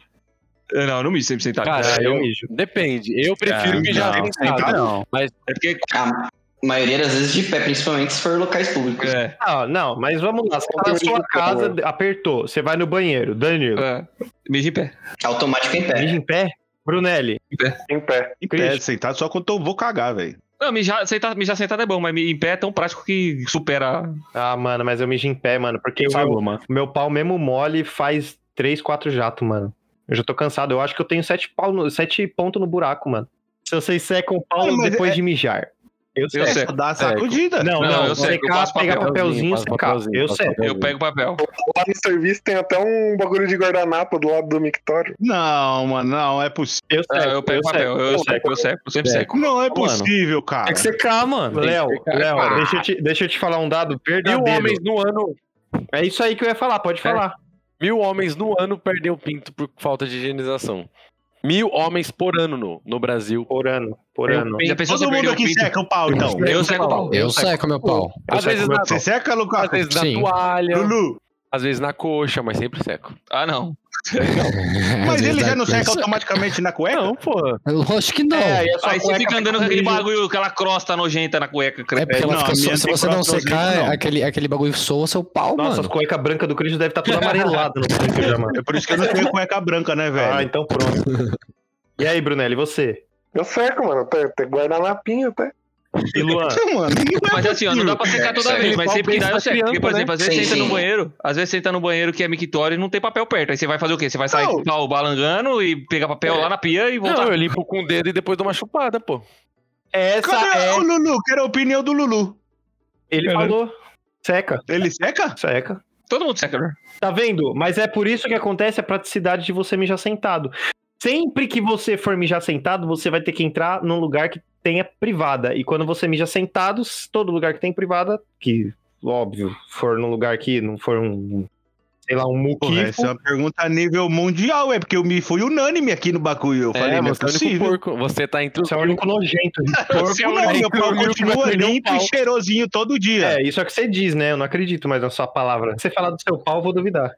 É, Não, eu não mijo sempre sentado. Ah, Cara, eu, mijo. depende. Eu prefiro mijar não. sentado. Não. É porque. A maioria das vezes de pé, principalmente se for locais públicos. É, Não, não, mas vamos lá. Você tá na sua casa, apertou. Você vai no banheiro. Danilo, é. Mijo em pé. Automático É. em pé. mija em pé? Brunelli, Em pé. Em pé, sentado, só quando eu vou cagar, velho. Não, mijar, senta- mijar sentado é bom, mas em pé é tão prático que supera. Ah, mano, mas eu mijo em pé, mano, porque o meu, Falou, mano. meu pau mesmo mole faz 3, 4 jatos, mano. Eu já tô cansado. Eu acho que eu tenho 7 pau no, sete ponto no buraco, mano. Se vocês secam o um pau Mano, mas depois é- de mijar. Eu Eu seco. seco. É. Só dá a sacudida. Não, Não, não, eu seco, eu secar, faço pegar papelzinho, papelzinho, faço secar. papelzinho, eu faço seco. papel. Eu pego papel. Lá no serviço tem até um bagulho de guardanapo do lado do mictório. Não, mano, não é possível. Eu É, seco. eu pego papel, eu seco, eu seco, eu sempre seco. Não é Mano. possível, Tem É cara. que secar, mano. Léo, Tem que secar, Léo, cara. deixa eu, te, deixa eu te falar um dado Mil verdadeiro. homens no ano. É isso aí que eu ia falar, pode falar. Mil homens no ano perdem o pinto por falta de higienização. Mil homens por ano no, no Brasil. Por ano, por Eu ano. pe- Já pensou se eu Todo perder mundo o aqui pinto? seca o pau, então. Eu seco o pau. Eu seco meu pau. Às seco vezes, meu na, Você seca, às Lucas? vezes na Sim. toalha, Lulu, às vezes na coxa, mas sempre seco. Ah, não. É <laughs> mas ele já não seca automaticamente na cueca? Não, pô. Lógico que não. É, a sua Aí você cueca é fica andando com com aquele mijo. bagulho, aquela crosta nojenta na cueca. credo. É, porque ela É, não, fica a minha so... Se você não anticorte não secar, existe, não. aquele, aquele bagulho soa seu pau, Nossa, as mano. cuecas brancas do Cristo deve estar toda amarelada <laughs> no Cristo já, mano. É por isso que eu não tenho cueca branca, né, Ah, velho? então pronto. <laughs> E aí, Brunelli, você? Eu seco, mano. Tem, tem guardanapinho até. E Luan? Mano, não é Mas assim, ó, não dá pra secar toda Seca vez, aquele mas pau sempre que dá, desse eu da seco. Porque, por criança, exemplo, às vezes Sim, senta no sim. banheiro, às vezes senta no banheiro que é mictório e não tem papel perto. Aí você vai fazer o quê? Você vai sair Não. com o pau balangando e pegar papel lá na pia e voltar. Não, eu limpo com o dedo e depois dou uma chupada, pô. Essa Cadê é. Uhum. o Lulu? Quero a opinião do Lulu. Ele falou. Seca, Ele seca? seca. Todo mundo seca, né? Tá vendo? Mas é por isso que acontece a praticidade de você mijar sentado. Sempre que você for mijar sentado, você vai ter que entrar num lugar que tenha privada. E quando você mija sentado, todo lugar que tem privada, que óbvio, for num lugar que não for um, sei lá, um muquifo, Porra, essa é uma pergunta a nível mundial, é porque eu me fui unânime aqui no bagulho. Eu falei, não é você é o único possível. porco. Você tá entre os <laughs> né? Você é o <laughs> único nojento. Porco é não, meu pau continua limpo e cheirosinho todo dia. É, isso é o que você diz, né? Eu não acredito mais na sua palavra. Se você falar do seu pau, eu vou duvidar.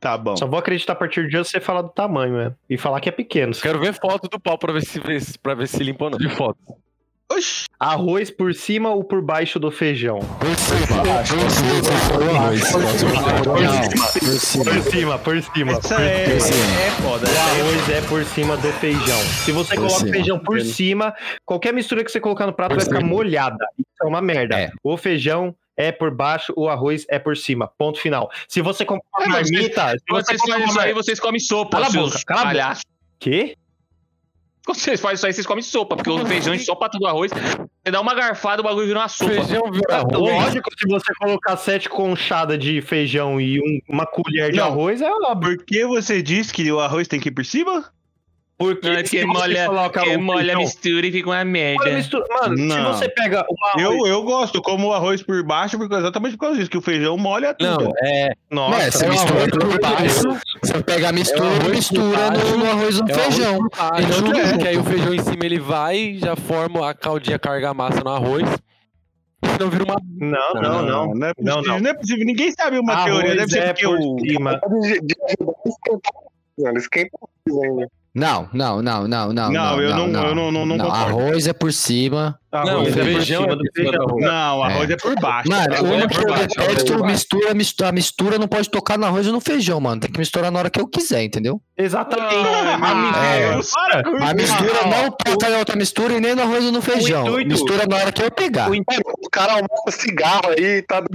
Tá bom. Só vou acreditar a partir de hoje se você falar do tamanho, né? E falar que é pequeno. Quero ver foto do pau pra ver se, pra ver se limpa ou não. De foto. Oxi, Arroz por cima ou por baixo do feijão? Por cima. Por cima, por cima. essa é, é foda. O essa é- arroz é por cima do feijão. Se você Por coloca o cima. feijão por cima, qualquer mistura que você colocar no prato vai ficar molhada. Isso é uma merda. É. O feijão é por baixo, o arroz é por cima. Ponto final. Se você comprar Ah, uma mas marmita, se Quando você vocês comprar fazem uma isso aí, marmita... vocês comem sopa. Cala a seus boca, cala a boca. palhaços. Quê? Quando vocês fazem isso aí, vocês comem sopa, porque o feijão ensopa tudo o arroz. Você dá uma garfada, o bagulho vira uma sopa. Tá Ah, Lógico, se você colocar sete conchadas de feijão e um- uma colher de Não. arroz, é óbvio. Por que você disse que o arroz tem que ir por cima? Porque É se que você molha, coloca que o molha a um feijão- mistura e fica uma Olha, merda. mistura- Mano, se Não. você pega uma Eu, eu gosto, como o arroz por baixo, porque- exatamente por causa disso, que o feijão molha tudo. Não, é. Nossa, É, você é um mistura arroz por por baixo. baixo, você um pega a É o mistura arroz e mistura por baixo. no, no arroz do É o arroz feijão. Ah, E não, tudo que, junto. que aí o feijão em cima ele vai, já forma a caldinha carga massa no arroz. Não vira uma. Não, não, Não não. é Não, possível, não. não é possível. Ninguém sabe uma Arroz teoria. Deve ser é porque por o. cima. Não, eles quem ainda. Não, não, não, não, não. Não, eu não- eu não- não- não concordo. Arroz é por cima. Não, Arroz é por feijão cima é do por cima do feijão. arroz. Não, arroz é por baixo. Mano, Arroz uma é que por eu baixo. detesto, mistura, mistura, a mistura não pode tocar no arroz e no feijão, mano. Tem que misturar na hora que eu quiser, entendeu? Exatamente. Ah, meu É. Deus, para com A isso. mistura não toca na outra mistura e nem no arroz e no feijão. intuito- Mistura na hora que eu pegar. O cara almoça cigarro aí, tá do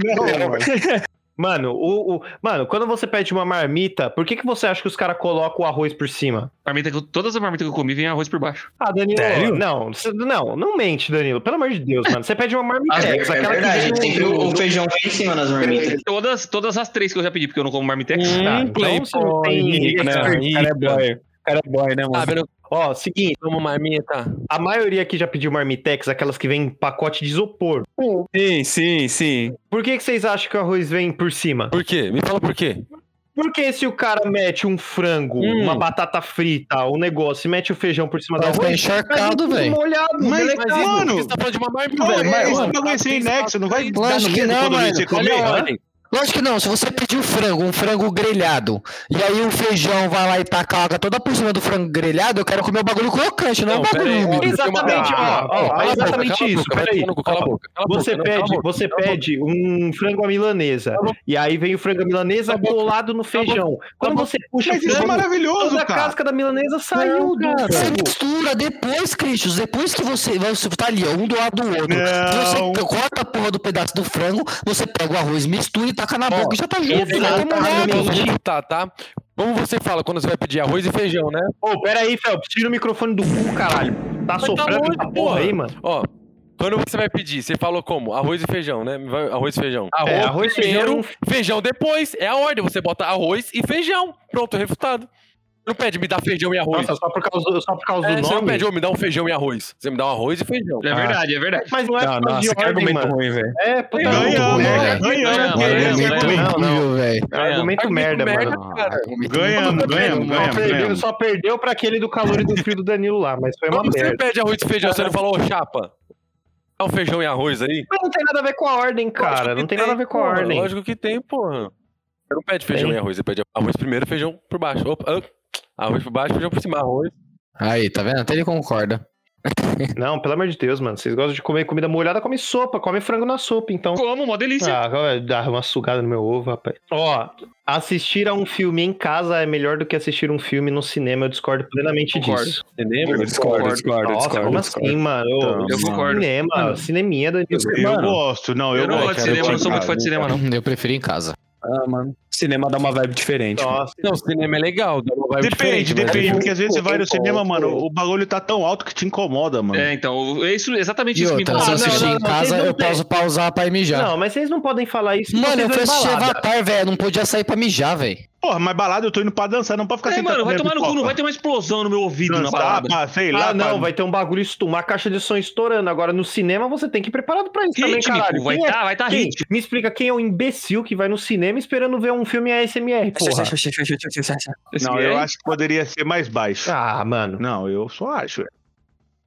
Mano, o, o- mano, quando você pede uma marmita, por que, que você acha que os caras colocam o arroz por cima? Marmita que eu- todas as marmitas que eu comi vem arroz por baixo. Ah, Danilo, Sério? não, cê- não, não mente, Danilo. Pelo amor de Deus, mano. Você pede uma marmita, é, aquela que verdade, vem sempre no- o, o feijão vai em cima nas marmitas. Todas, todas as três que eu já pedi, porque eu não como Hum, marmitex. Tá, então você não tem né? expertise, cara. cara é boy, né, mano? Ó, seguinte, Vamos, marmita. a maioria aqui já pediu marmitex, aquelas que vem em pacote de isopor. Sim, sim, sim. Por que, que vocês acham que o arroz vem por cima? Por quê? Me fala por quê. Porque se o cara mete um frango, Hum. uma batata frita, um negócio, e mete o feijão por cima do Mas tá arroz, encharcado, é fica velho. molhado, Mas, beleza? mano, Você tá falando de uma marmita, não, velho? é Mas, esse mano, bagulho sem nexo. Não vai dar Lógico no que mesmo não, quando mano. você olha comer. a hã? ordem. Lógico que não, se você pedir um frango, um frango grelhado, e aí o feijão vai lá e taca a água toda por cima do frango grelhado, eu quero comer o bagulho crocante, não, Não, o bagulho pera aí, úmido. Exatamente, Tá, ó, ó, Cala a boca, exatamente cala a isso, boca, vai peraí. tomar no cu, Cala a boca. cala a Você boca, não, cala a pede, boca, né? você cala a boca. pede um frango à milanesa. E aí vem o frango à milanesa bolado no feijão. Quando você puxa o Mas isso é frango, maravilhoso, toda a cara. casca da milanesa saiu do Você frango. mistura depois, Christian. Depois que você. Você tá ali, ó, um do lado do outro. Não. Você corta a porra do pedaço do frango, você pega o arroz, mistura e taca na boca e já tá junto. Esse já tá cara tá molhado. falando de tá, tá? Como você fala quando você vai pedir arroz e feijão, né? Ô, pera aí, Felps, tira o microfone do cu, caralho. Tá tá soprando longe, essa porra porra. aí, mano. Ó, quando você vai pedir, você falou como? Arroz e feijão, né? Vai- Arroz e feijão. É, arroz, feijão, Primeiro, feijão depois. É a ordem. Você bota arroz e feijão. Pronto, refutado. Não pede me dá feijão e arroz. Nossa, só por causa, do- só por causa É, do você não nome. pede, ô, me dá um feijão e arroz. Você me dá um arroz e feijão. É verdade, é verdade. Mas não é por causa de ordem, mano. ruim, velho. É, puta Ganhamos, Ganhamos, né? ganhamos, Ganhamos, Argumento Ganhamos, ganhamos. ganhamos. horrível, velho. É argumento merda, mano. cara. Ganhamos, ganhamos, Só ganhamos, perdeu, ganhamos. só perdeu pra aquele do calor e do frio do Danilo lá, mas foi uma Quando você merda. pede arroz e feijão, você não falou, ô, chapa, dá um feijão e arroz aí? Mas não tem nada a ver com a ordem, Lógico cara. que Não tem nada a ver com a porra, ordem. Lógico que tem, porra. Você não pede feijão Tem. e arroz, você pede arroz primeiro, feijão por baixo. Opa, ah, arroz por baixo, feijão por cima, arroz. Aí, tá vendo? Até ele concorda. Não, pelo amor de Deus, mano. Vocês gostam de comer comida molhada, come sopa, come frango na sopa, então. Como, mó delícia. Ah, agora dá uma sugada no meu ovo, rapaz. Ó, assistir a um filme em casa é melhor do que assistir um filme no cinema. Eu discordo plenamente Concordo. disso. Eu discordo, eu discordo, eu Nossa, discordo. como eu assim, discordo. mano? Ô, Então, eu concordo. Cinema, cineminha da Eu gosto, não, eu Eu não gosto de gosto. cinema, não sou muito fã de cinema, não. Eu prefiro em casa. Ah, mano. Cinema dá uma vibe diferente. mano. Nossa, Não, cinema é legal. dá uma vibe Depende, diferente, mas depende, é- porque às vezes você vai no Pô, cinema, pô, mano, pô. o bagulho tá tão alto que te incomoda, mano. É, então, é isso, exatamente E isso que me outra, se eu incomoda. não, assistir não, não, em casa, vocês não eu têm- posso pausar pra ir mijar. não, mas vocês não podem falar isso. Mano, eu fui vocês vão assistir em balada. Avatar, velho. Não podia sair pra mijar, velho. Porra, mas balada eu tô indo pra dançar, não pra ficar É, sentado mano, vai comendo tomar no cu, não pipoca. vai ter uma explosão no meu ouvido na Dançar, balada. pá, sei lá, Ah, não, pá, vai ter um bagulho, estu- uma caixa de som estourando. Agora, no cinema, você tem que ir preparado pra isso também, Rítmico, caralho. tipo, vai Quem é- estar, vai estar quem- ritmo. Me explica quem é o imbecil que vai no cinema esperando ver um filme ASMR, porra. Não, eu acho que poderia ser mais baixo. Ah, mano. O Não, eu só acho. é.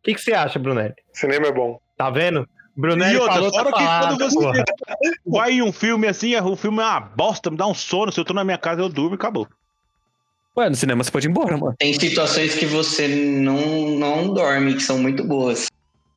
que, que você acha, Brunelli? Cinema é bom. Tá vendo? Brunelli E outra, falou fora tá que falado, quando você- porra. Vai em um filme assim, o filme é uma bosta, me dá um sono. Se eu tô na minha casa, eu durmo e acabou. Ué, no cinema você pode ir embora, mano. Tem situações que você não, não dorme, que são muito boas.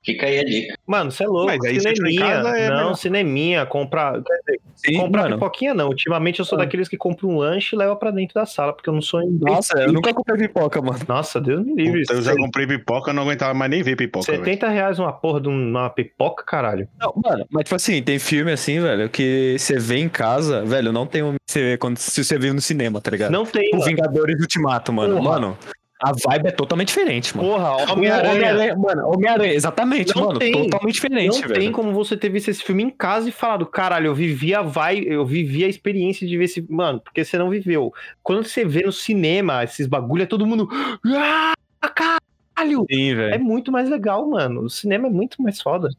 Fica aí a dica. Mano, você é louco. Mas aí você tá em cineminha. casa, é não, melhor. cineminha. Comprar, quer dizer, Sim, comprar mano. Ah. pipoquinha não. Ultimamente eu sou daqueles que compram um lanche e leva pra dentro da sala, porque eu não sou imbecil. Nossa, eu nunca comprei pipoca, mano. Nossa, Deus me livre. Puta, eu já comprei pipoca, eu não aguentava mais nem ver pipoca. velho. 70 reais uma porra de um, uma pipoca, caralho. Não, mano, mas tipo assim, tem filme assim, velho, que você vê em casa, velho, não tem um você vê quando se você viu no cinema, É. tá ligado? Não tem, Tipo mano. Vingadores Ultimato, mano. Porra. Mano, a vibe é totalmente diferente, mano. Porra, O Homem-Aranha. mano, Homem-Aranha, exatamente, Não mano, tem. totalmente diferente, não velho. tem como você ter visto esse filme em casa e falado, caralho, eu vivi a vai, eu vivi a experiência de ver esse, mano, porque você não viveu. Quando você vê no cinema esses bagulho, é todo mundo, ah, caralho, Sim, velho. é muito mais legal, mano. O cinema é muito mais foda.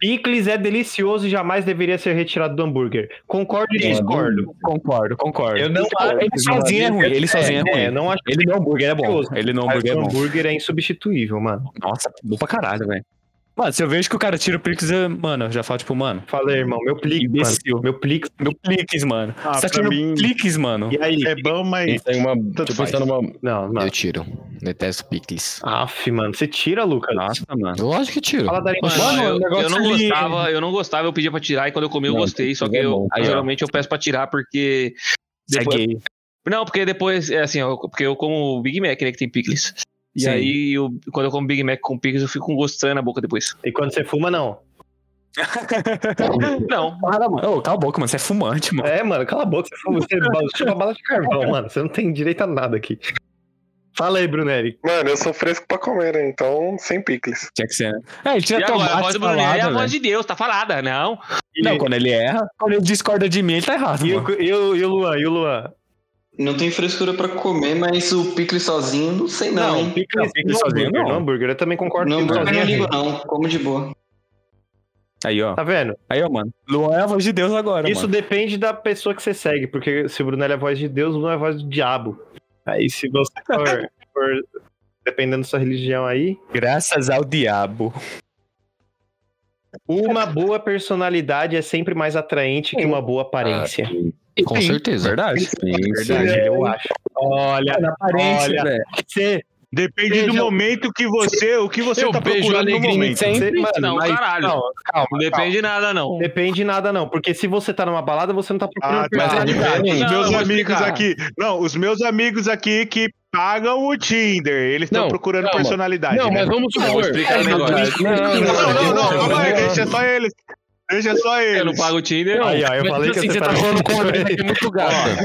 Picles é delicioso e jamais deveria ser retirado do hambúrguer. Concordo e discordo. É, Concordo, concordo. Eu não acho- Ele sozinho é ruim, ele sozinho é ruim. eu não acho Ele no hambúrguer é bom. Delicioso. Ele no que hambúrguer é o bom. hambúrguer é insubstituível, mano. Nossa, bom pra caralho, velho. Mano, se eu vejo que o cara tira o Plix, eu- mano, eu já falo, tipo, mano. Falei, irmão, meu Plix, Imbecil. Meu Plix. Meu Plix, mano. Você Ah, tá pra tirando mim- Plix, mano. E aí? É bom, mas. Tem uma. Tanto Tô pensando faz. numa. Não, não. Eu tiro. Detesto picles. Aff, mano. Você tira, Lucas? Nossa, mano. Lógico que tiro. Fala da Mano, imagem. eu, negócio eu não ali- gostava, eu não gostava, eu pedia pra tirar e quando eu comi eu Não, gostei. Só que é eu, bom, cara. geralmente eu peço pra tirar porque. Você é depois- gay. Não, porque depois, é assim, ó, porque eu como Big Mac, né, que tem picles. E Sim. aí, eu- quando eu como Big Mac com picles, eu fico com um gosto estranho na boca depois. E quando você fuma, não. Não, Para, mano. Ô, cala a boca, mano. Você é fumante, mano. É, mano, cala a boca. Você fuma, você ba- chupa bala de <laughs> carvão, mano. Você não tem direito a nada aqui. Fala aí, Brunelli. Mano, eu sou fresco pra comer, né? Então, sem picles. Tinha que ser, né? É, ele e tira agora, a voz tomate, do Bruno é a salada, voz velho. de Deus, tá falada, não. Não, quando ele erra, quando ele discorda de mim, ele tá errado, E mano. o, e o, e o Luan? E o Luan? Não tem frescura pra comer, mas o picle sozinho, não sei não, hein? pica não, pica sozinho, hambúrguer, não. no hambúrguer. Eu também concordo Não, com eu não sozinho. é ligo não, como de boa. Aí, ó. Tá vendo? Aí, ó, mano. Luan é a voz de Deus agora, Isso mano. depende da pessoa que você segue, porque se o Brunelli é a voz de Deus, o Luan é a voz do diabo. Aí se você for, for dependendo da sua religião aí, Graças ao diabo. Uma boa personalidade é sempre mais atraente que uma boa aparência. Com <laughs> certeza. Verdade. Sim, sim. eu acho. Olha, Aparência, Olha, velho. você, Depende do Beijo. momento que você. O que você Eu tá beijo a procurando no alegria em momento. Sempre, você- mano, não, mas- caralho. não, calma, Não depende de nada, não. depende de nada não, porque se você tá numa balada, você não tá procurando Ah, tá. personalidade. Não, eu meus vou amigos explicar. aqui. Não, os meus amigos aqui que pagam o Tinder. Eles estão Não, procurando calma. personalidade. Não, né? mas vamos Eu vou supor. é, explicar o negócio. não, não, não, não, calma aí, deixa só eles. Deixa só Eu não eles. pago o Tinder. Aí, ó, eu Mas, falei assim, que você tá falando com muito gato.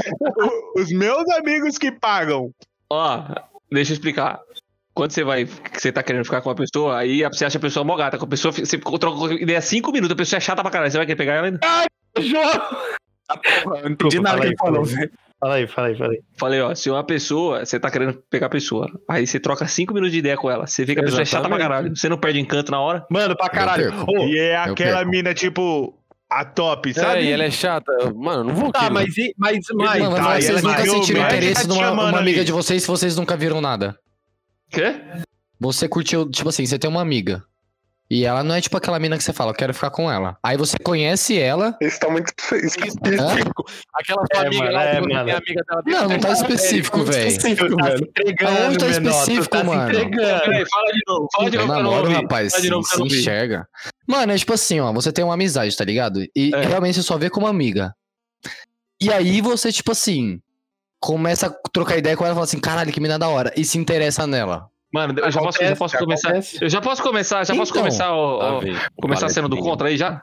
O- Os meus amigos que pagam. Ó, deixa eu explicar. Quando você vai, que você tá querendo ficar com uma pessoa, aí você acha a pessoa mó gata. Com a pessoa, você troca ideia cinco minutos, a pessoa é chata pra caralho. Você vai querer pegar ela ainda? Ah, Não entendi nada que ele falou, velho. Fala aí, fala aí, fala aí. Falei, ó, se uma pessoa, você tá querendo pegar a pessoa, aí você troca cinco minutos de ideia com ela. Você vê que a pessoa é chata pra caralho. Você não perde encanto na hora. Mano, pra caralho. perco. Ô, E é eu aquela perco. mina, tipo, a top, Sabe? sabe? ela é chata. Mano, não vou tá, querer. mas e, mas, mas, Mano, tá, vocês ela nunca viu, sentiram mas interesse tá te numa chamando uma amiga ali. de vocês se vocês nunca viram nada. Quê? Você curtiu, tipo assim, você tem uma amiga. E ela não é tipo aquela mina que você fala, eu quero ficar com ela. Aí você conhece ela. Isso tá muito específico. Hã? Aquela sua É, amiga mano, lá, é, que mano. é amiga dela. Não, não tá específico, velho. tu Específico, tá se velho. entregando, Aonde tá menor, tu específico, tá se mano? entregando. Peraí, fala de novo. Fala de Eu novo pra Então, namoro, ouvir. rapaz, Fala de novo pra se não ouvir. enxerga. Mano, é tipo assim, ó, você tem uma amizade, tá ligado? E É. realmente você só vê como amiga. E aí você, tipo assim, começa a trocar ideia com ela e fala assim, caralho, que mina da hora, e se interessa nela. Mano, eu já posso, eu já posso começar. acontece. Eu já posso começar, já posso Então. começar, ó, Lá ó, vem. começar a cena do Palestrinha. contra aí já?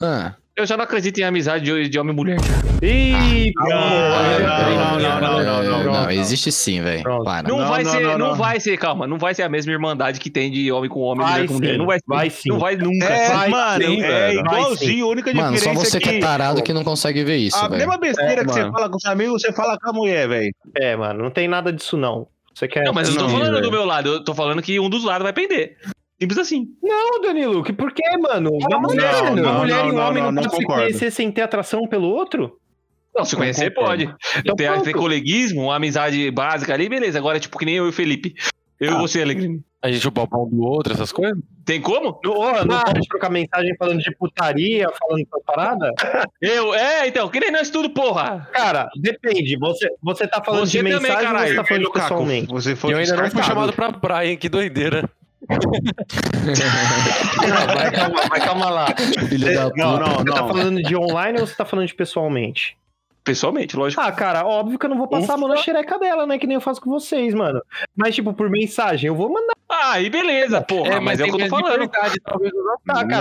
Ah, Eu já não acredito em amizade de, de homem e mulher. Ih, Não, não, não, não, não, não, não, é, não. existe sim, velho. Pronto. Para. Não, Não, vai não, ser, não, não, não. vai ser, calma, não vai ser a mesma irmandade que tem de homem com homem, Vai mulher com mulher. sim, Não vai, ser. vai sim. Não vai nunca. É, Vai mano, sim, é velho, vai sim. igualzinho. A única Mano, diferença só você é que é tarado que não consegue ver isso, A velho. mesma besteira É, que você mano. fala com os amigos, você fala com a mulher, velho. É, mano, não tem nada disso não. Você quer Não, mas eu não tô Não, falando velho. do meu lado, eu tô falando que um dos lados vai pender. Simples assim. Não, Danilo, que por que, mano? Uma não, mulher, não, uma não, mulher e um não, homem não, não, não podem se concordo. conhecer sem ter atração um pelo outro? Não, se conhecer, pode. Então tem, pronto. tem coleguismo, uma amizade básica ali, beleza. Agora é tipo que nem eu e o Felipe. Eu e você, Alegrini. A gente chupa o pau um do outro, essas coisas? Tem como? Não, ó, Ah. não pode trocar mensagem falando de putaria, falando essa parada? Eu, é, então, que nem nós tudo, porra. Cara, depende. Você, você tá falando Você de também, mensagem ou você caralho. tá falando Caco, pessoalmente? Você foi E eu ainda não fui descartado. chamado pra praia, hein? Que doideira. Não, vai calma, vai calma lá. Filho da Não, <laughs> puta. não, Você tá não. falando de online ou você tá falando de pessoalmente? Pessoalmente, lógico. Ah, cara, óbvio que eu não vou passar a mão na xereca dela, né? Que nem eu faço com vocês, mano. Mas, tipo, por mensagem, eu vou mandar, Ah, e beleza, porra. mas, é o que eu tô falando. cara.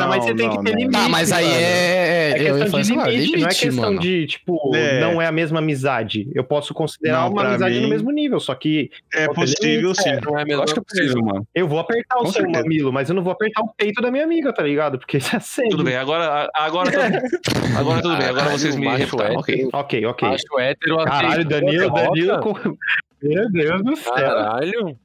mas Não, você tem não, que ter não. limite. Tá, mas aí mano. é. É eu ia questão falar de assim, ah, limite, não é limite, questão mano. de, tipo, É. não é a mesma amizade. Eu posso considerar Não, uma pra amizade no mim- mesmo nível, só que É possível, sim. Não é mesmo? Lógico que eu preciso, mano. eu vou apertar o Com seu certeza. mamilo, mas eu não vou apertar o peito da minha amiga, tá ligado? Porque <laughs> isso é sério. Tudo bem, agora, agora tudo bem. Agora tudo bem, agora vocês me Macho refutaram, hétero. ok. Ok, ok. Acho hétero aceito. Caralho, Danilo, Derrota? Danilo. com- <laughs> Meu Deus do céu. Caralho.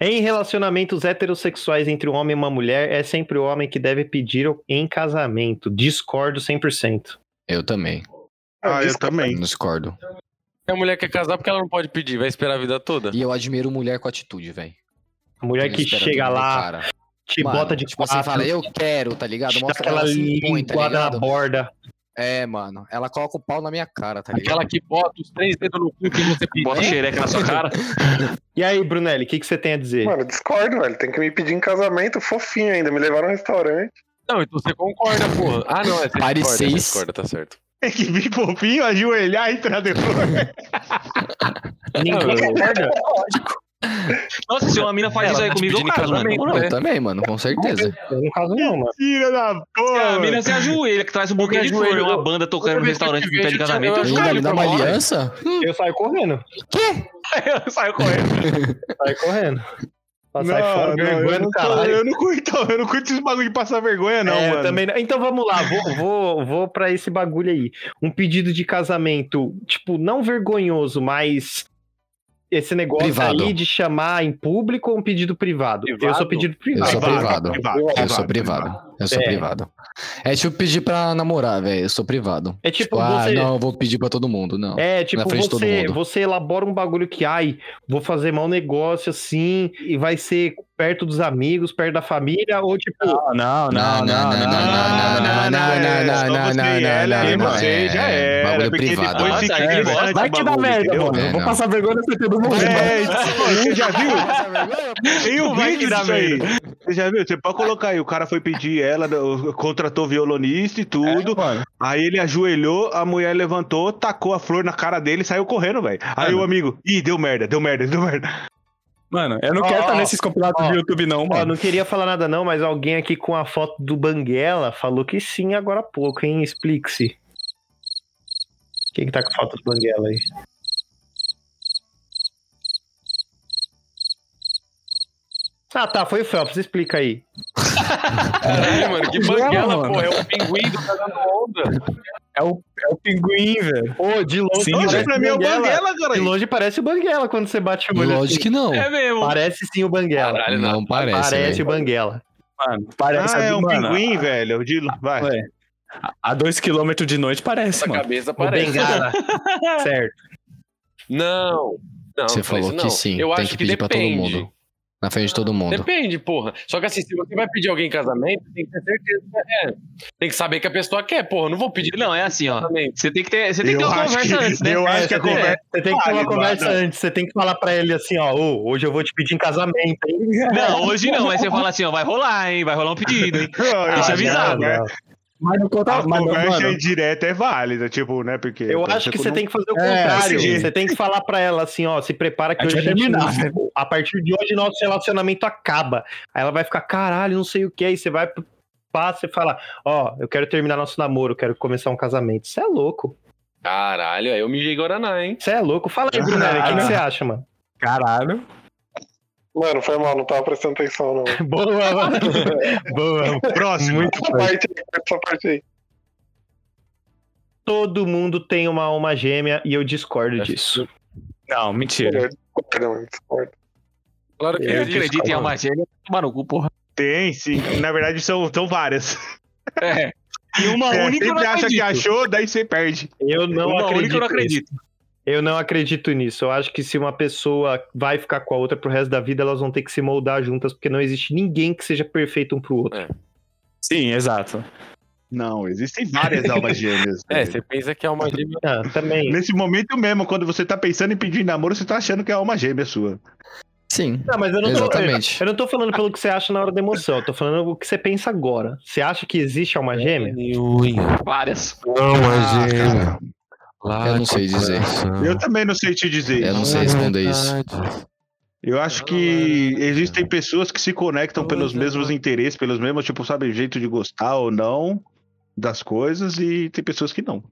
Em relacionamentos heterossexuais entre um homem e uma mulher, é sempre o homem que deve pedir em casamento. Discordo 100%. Eu também. Ah, eu também. Não discordo. A mulher quer casar porque ela não pode pedir, vai esperar a vida toda. E eu admiro mulher com atitude, velho. A mulher Não que espera chega tudo do lá, cara. Te bota de tipo, você quatro. fala, eu quero, tá ligado? Te dá Mostra aquela ela se impõe, tá linguada na ligado? borda. É, mano. Ela coloca o pau na minha cara, tá ligado? Aquela que bota os três dedos no cu que você pediu. Bota Né? xereca na sua cara. E aí, Brunelli, o que, que você tem a dizer? Mano, eu discordo, velho. Tem que me pedir em casamento fofinho ainda. Me levaram no restaurante. Não, então você concorda, porra. Ah, não, é você Pare discorda, você seis. discorda, tá certo. Tem que vir fofinho, ajoelhar e entrar <laughs> depois. Ninguém concorda? Nossa, se uma mina faz isso aí comigo, eu pedindo em caso, né? mano. casamento, Na moral. Eu também, mano, com certeza. Eu não caso não, mano. Tira da É, a porra. mina se ajoelha, que traz um buquê de flor, ajoelho, uma banda tocando no restaurante de pé de casamento. Eu Ainda me dá uma caralho, aliança? Eu saio correndo. <laughs> eu saio correndo. Saio correndo. Só sai Não, fora, não, vergonha eu, do não tô, caralho. eu não curto, então, eu não curto esse bagulho de passar vergonha, não, É, mano. também não. Então vamos lá, vou, vou, vou para esse bagulho aí. Um pedido de casamento, tipo, não vergonhoso, mas esse negócio Privado. aí de chamar em público ou um pedido privado? Eu sou Privado? pedido Eu privado. sou privado. Eu privado, sou privado. Eu sou É. privado. É tipo pedir pra namorar, velho. Eu sou privado. É tipo, Tipo, ah, você, não, eu vou pedir pra todo mundo. Não. é, tipo Então, frente de todo você, mundo. você elabora um bagulho que, ai, vou fazer mau negócio assim, e vai ser perto dos amigos, perto da família, ou tipo, não, não, não, não, não. Ah, não, é, não, não, não, não, não, não, já é. Bagulho porque privado. depois é, fica Nossa, aí interessante bota- o É, Vai que dá bagulho, merda, entendeu? mano. É, Eu Vou não. passar vergonha no CT do mundo. É, isso, você já viu? Tem um Vai que vídeo dá disso aí. Você já viu? Você pode colocar aí. O cara foi pedir ela, do- contratou violonista e tudo. mano. aí ele ajoelhou, a mulher levantou, tacou a flor na cara dele e saiu correndo, velho. Aí Mano. o amigo, ih, deu merda, deu merda, deu merda. Mano, eu não quero estar nesses compilados do YouTube, não, é. Ó, mano. não queria falar nada não, mas alguém aqui com a foto do Banguela falou que sim agora há pouco, hein? Explique-se. Quem que tá com a foto do Banguela aí? Ah, tá, foi o Phelps, explica aí. Caralho, mano, que banguela, mano. porra. É um pinguim do cara na onda. É o, é o pinguim, velho. Ô, de longe, Sim, Hoje velho. pra mim é o Banguela, cara. de longe parece o Banguela quando você bate o olho. <laughs> assim. Lógico que não. É mesmo. <laughs> Parece sim o Banguela. Caralho, não. Não é parece. Parece velho. o Banguela. Mano, parece Ah, é um mano, pinguim, velho. De... Vai. Ué, A 2km de noite parece, Essa mano. cabeça O parece. <laughs> Bengala. certo. Não. Não, Você não falei isso, falou que não. sim. Eu Tem acho que que pedir pra todo depende. mundo. Na frente de todo mundo. Depende, porra. Só que assim, se você vai pedir alguém em casamento, tem que ter certeza. É. Tem que saber que a pessoa quer, porra. Eu não vou pedir Não, é assim, ó. casamento. Você tem que ter, você tem que ter Eu uma acho conversa que- antes, né? eu acho que a É, conversa- Você tem que ter uma Vale, conversa vale. antes, você tem que falar pra ele assim, ó, ô, hoje eu vou te pedir em casamento, hein? Não, hoje não, mas você fala assim, ó, vai rolar, hein? Vai rolar um pedido, <laughs> hein? Deixa Ah, avisado. não, não. Mas não conta. A Mas, não, tá conversa mano, indireta é válida, tipo, né? Porque. Eu então, acho que você não- tem que fazer o É, contrário. assim, Você tem que falar pra ela assim, ó, se prepara que a gente hoje vai a gente terminar, não- né? a partir de hoje nosso relacionamento acaba. Aí ela vai ficar, caralho, não sei o que, aí você vai pro- passa e fala, ó, eu quero terminar nosso namoro, eu quero começar um casamento. Você é louco. Caralho, aí eu me Guaraná, hein? Você é louco. Fala aí, Brunelli, o que que você acha, mano? Caralho. Mano, foi mal, não tava prestando atenção, não. Boa, mano. Boa. Próximo. Muito Essa parte aí, essa parte aí. Todo mundo tem uma alma gêmea e eu discordo disso. Não, mentira. Eu discordo, mano, discordo. Claro que Eu existe, acredito em é cara. alma gêmea, tomar no cu, porra. Tem, sim. Na verdade, são, são várias. É. E uma É, <laughs> única eu não sempre acha que acredito. achou, daí você perde. Eu não Uma acredito. única eu não nisso. acredito. Eu não acredito nisso. Eu acho que se uma pessoa vai ficar com a outra pro resto da vida, elas vão ter que se moldar juntas, porque não existe ninguém que seja perfeito um pro outro. Sim, exato. Não, existem <laughs> várias almas gêmeas. É, você pensa que é uma gêmea. Ah, também. Nesse momento mesmo, quando você tá pensando em pedir namoro, você tá achando que é alma gêmea sua. Sim. Não, mas eu não, tô, Exatamente. eu não tô falando pelo que você acha na hora da emoção, eu tô falando o que você pensa agora. Você acha que existe alma É. gêmea? Várias. Ah, cara, Eu não sei dizer. eu também não sei te dizer. Ah. Eu não sei responder isso. Eu acho que existem pessoas que se conectam pelos mesmos interesses, pelos mesmos, tipo, sabe, jeito de gostar ou não das coisas, e tem pessoas que não.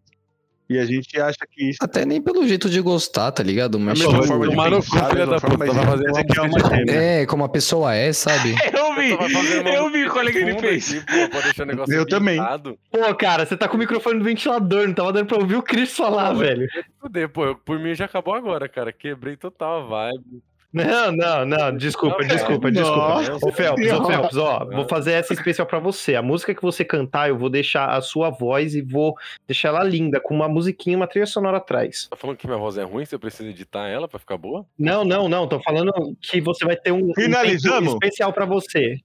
E a gente acha que isso é Até nem pelo jeito de gostar, tá ligado? É Mas mesma tipo, forma de tomar no cu, pensar, filha mesma da forma, puta, mas vai fazer isso é uma que é alma gêmea. né? é, como a pessoa é, sabe? Eu vi, Vai fazer uma eu vi qual é que ele funda fez. aqui, pô, pra deixar o negócio Eu também. pintado. Pô, cara, você tá com o microfone do ventilador, não tava dando pra ouvir o Chris falar, Não, velho. Fudeu, pô. eu- Por mim já acabou agora, cara. Quebrei total a vibe. Não, não, não, desculpa, Não, desculpa, desculpa. né? Ô Felps, ô Não. Felps, ó, vou fazer essa especial pra você. A música que você cantar, eu vou deixar a sua voz e vou deixar ela linda, com uma musiquinha, uma trilha sonora atrás. Tá falando que minha voz é ruim, se eu preciso editar ela pra ficar boa? Não, não, não, tô falando que você vai ter um, um Finalizamos? tempo especial pra você.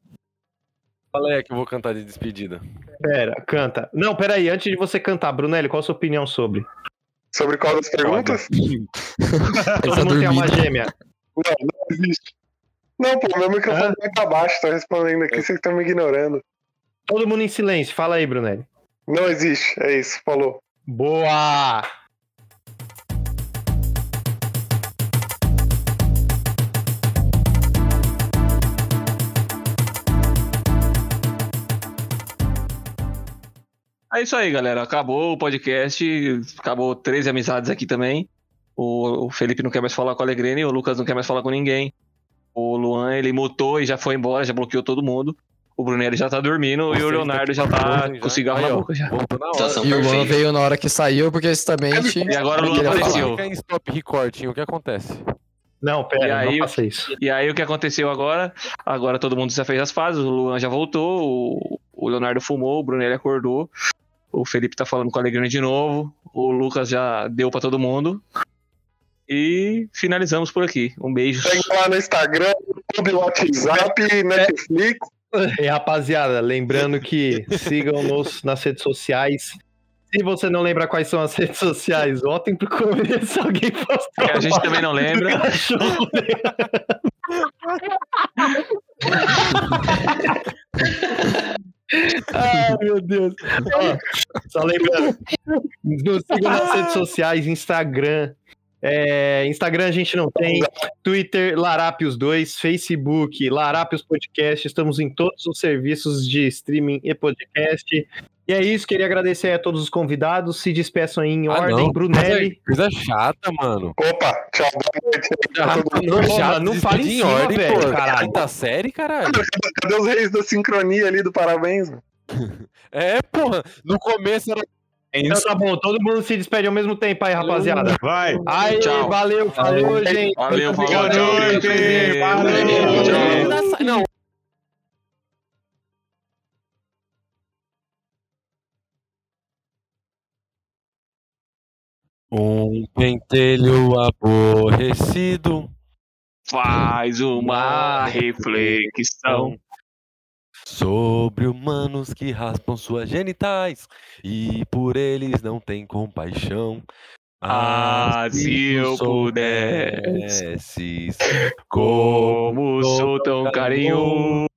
Qual é que eu vou cantar de despedida? Pera, canta. Não, pera aí, antes de você cantar, Brunelli, qual a sua <laughs> opinião sobre? Sobre qual das perguntas? tá Todo mundo tem alma gêmea. Não, não existe. Não, pô, meu microfone ah? tá baixo, tá respondendo aqui, vocês estão me ignorando. Todo mundo em silêncio, fala aí, Brunelli. Não existe, é isso, falou. Boa! É isso aí, galera. Acabou o podcast. Acabou 13 amizades aqui também. O Felipe não quer mais falar com a Alegrene, o Lucas não quer mais falar com ninguém. O Luan, ele mutou e já foi embora, já bloqueou todo mundo. O Brunelli já tá dormindo Você e o Leonardo já tá já. com cigarro aí, na boca já. tá E o Luan veio na hora que saiu, porque justamente. E agora o Luan apareceu. Fica em stop recording, o que acontece? Não, pera, E aí, não faça isso. E aí o que aconteceu agora? Agora todo mundo já fez as fases, o Luan já voltou, o- o Leonardo fumou, o Brunelli acordou, o Felipe tá falando com a Alegrina de novo, o Lucas já deu pra todo mundo. E finalizamos por aqui. Um beijo. Segue lá no Instagram, YouTube, WhatsApp, Netflix. E rapaziada, lembrando que sigam-nos nas redes sociais. Se você não lembra quais são as redes sociais, voltem pro começo. Alguém postou. É A gente uma também não foto do lembra. <laughs> cachorro. né? <laughs> Ai, meu Deus. Ó, só lembrando. Nos sigam nas redes sociais, Instagram. É, Instagram a gente não tem, Twitter, Larápios 2, Facebook, Larápios Podcast, estamos em todos os serviços de streaming e podcast. E é isso, queria agradecer a todos os convidados, se despeçam aí em Ah, ordem, não. Brunelli. Coisa chata, mano. Opa, tchau, boa noite. Tá não, mano, não fala em Despedida cima, velho, pô. caralho. Quinta série, caralho. Cadê os reis da sincronia ali do parabéns? mano? É, porra. No começo era. Então tá bom, todo mundo se despede ao mesmo tempo aí, rapaziada. Vai. Aí, Tchau. valeu, falou, gente. 啊 Valeu, falou, Boa tchau, noite. Felipe. Valeu. Tchau. Não, Um pentelho aborrecido Faz uma reflexão. sobre humanos que raspam suas genitais e por eles não tem compaixão. Ah, se eu pudesse, pudesse, como sou tão carinhoso.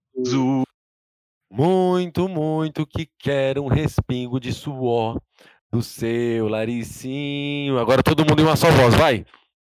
muito, muito que quero um respingo de suor do seu Laricinho. Agora todo mundo em uma só voz, vai!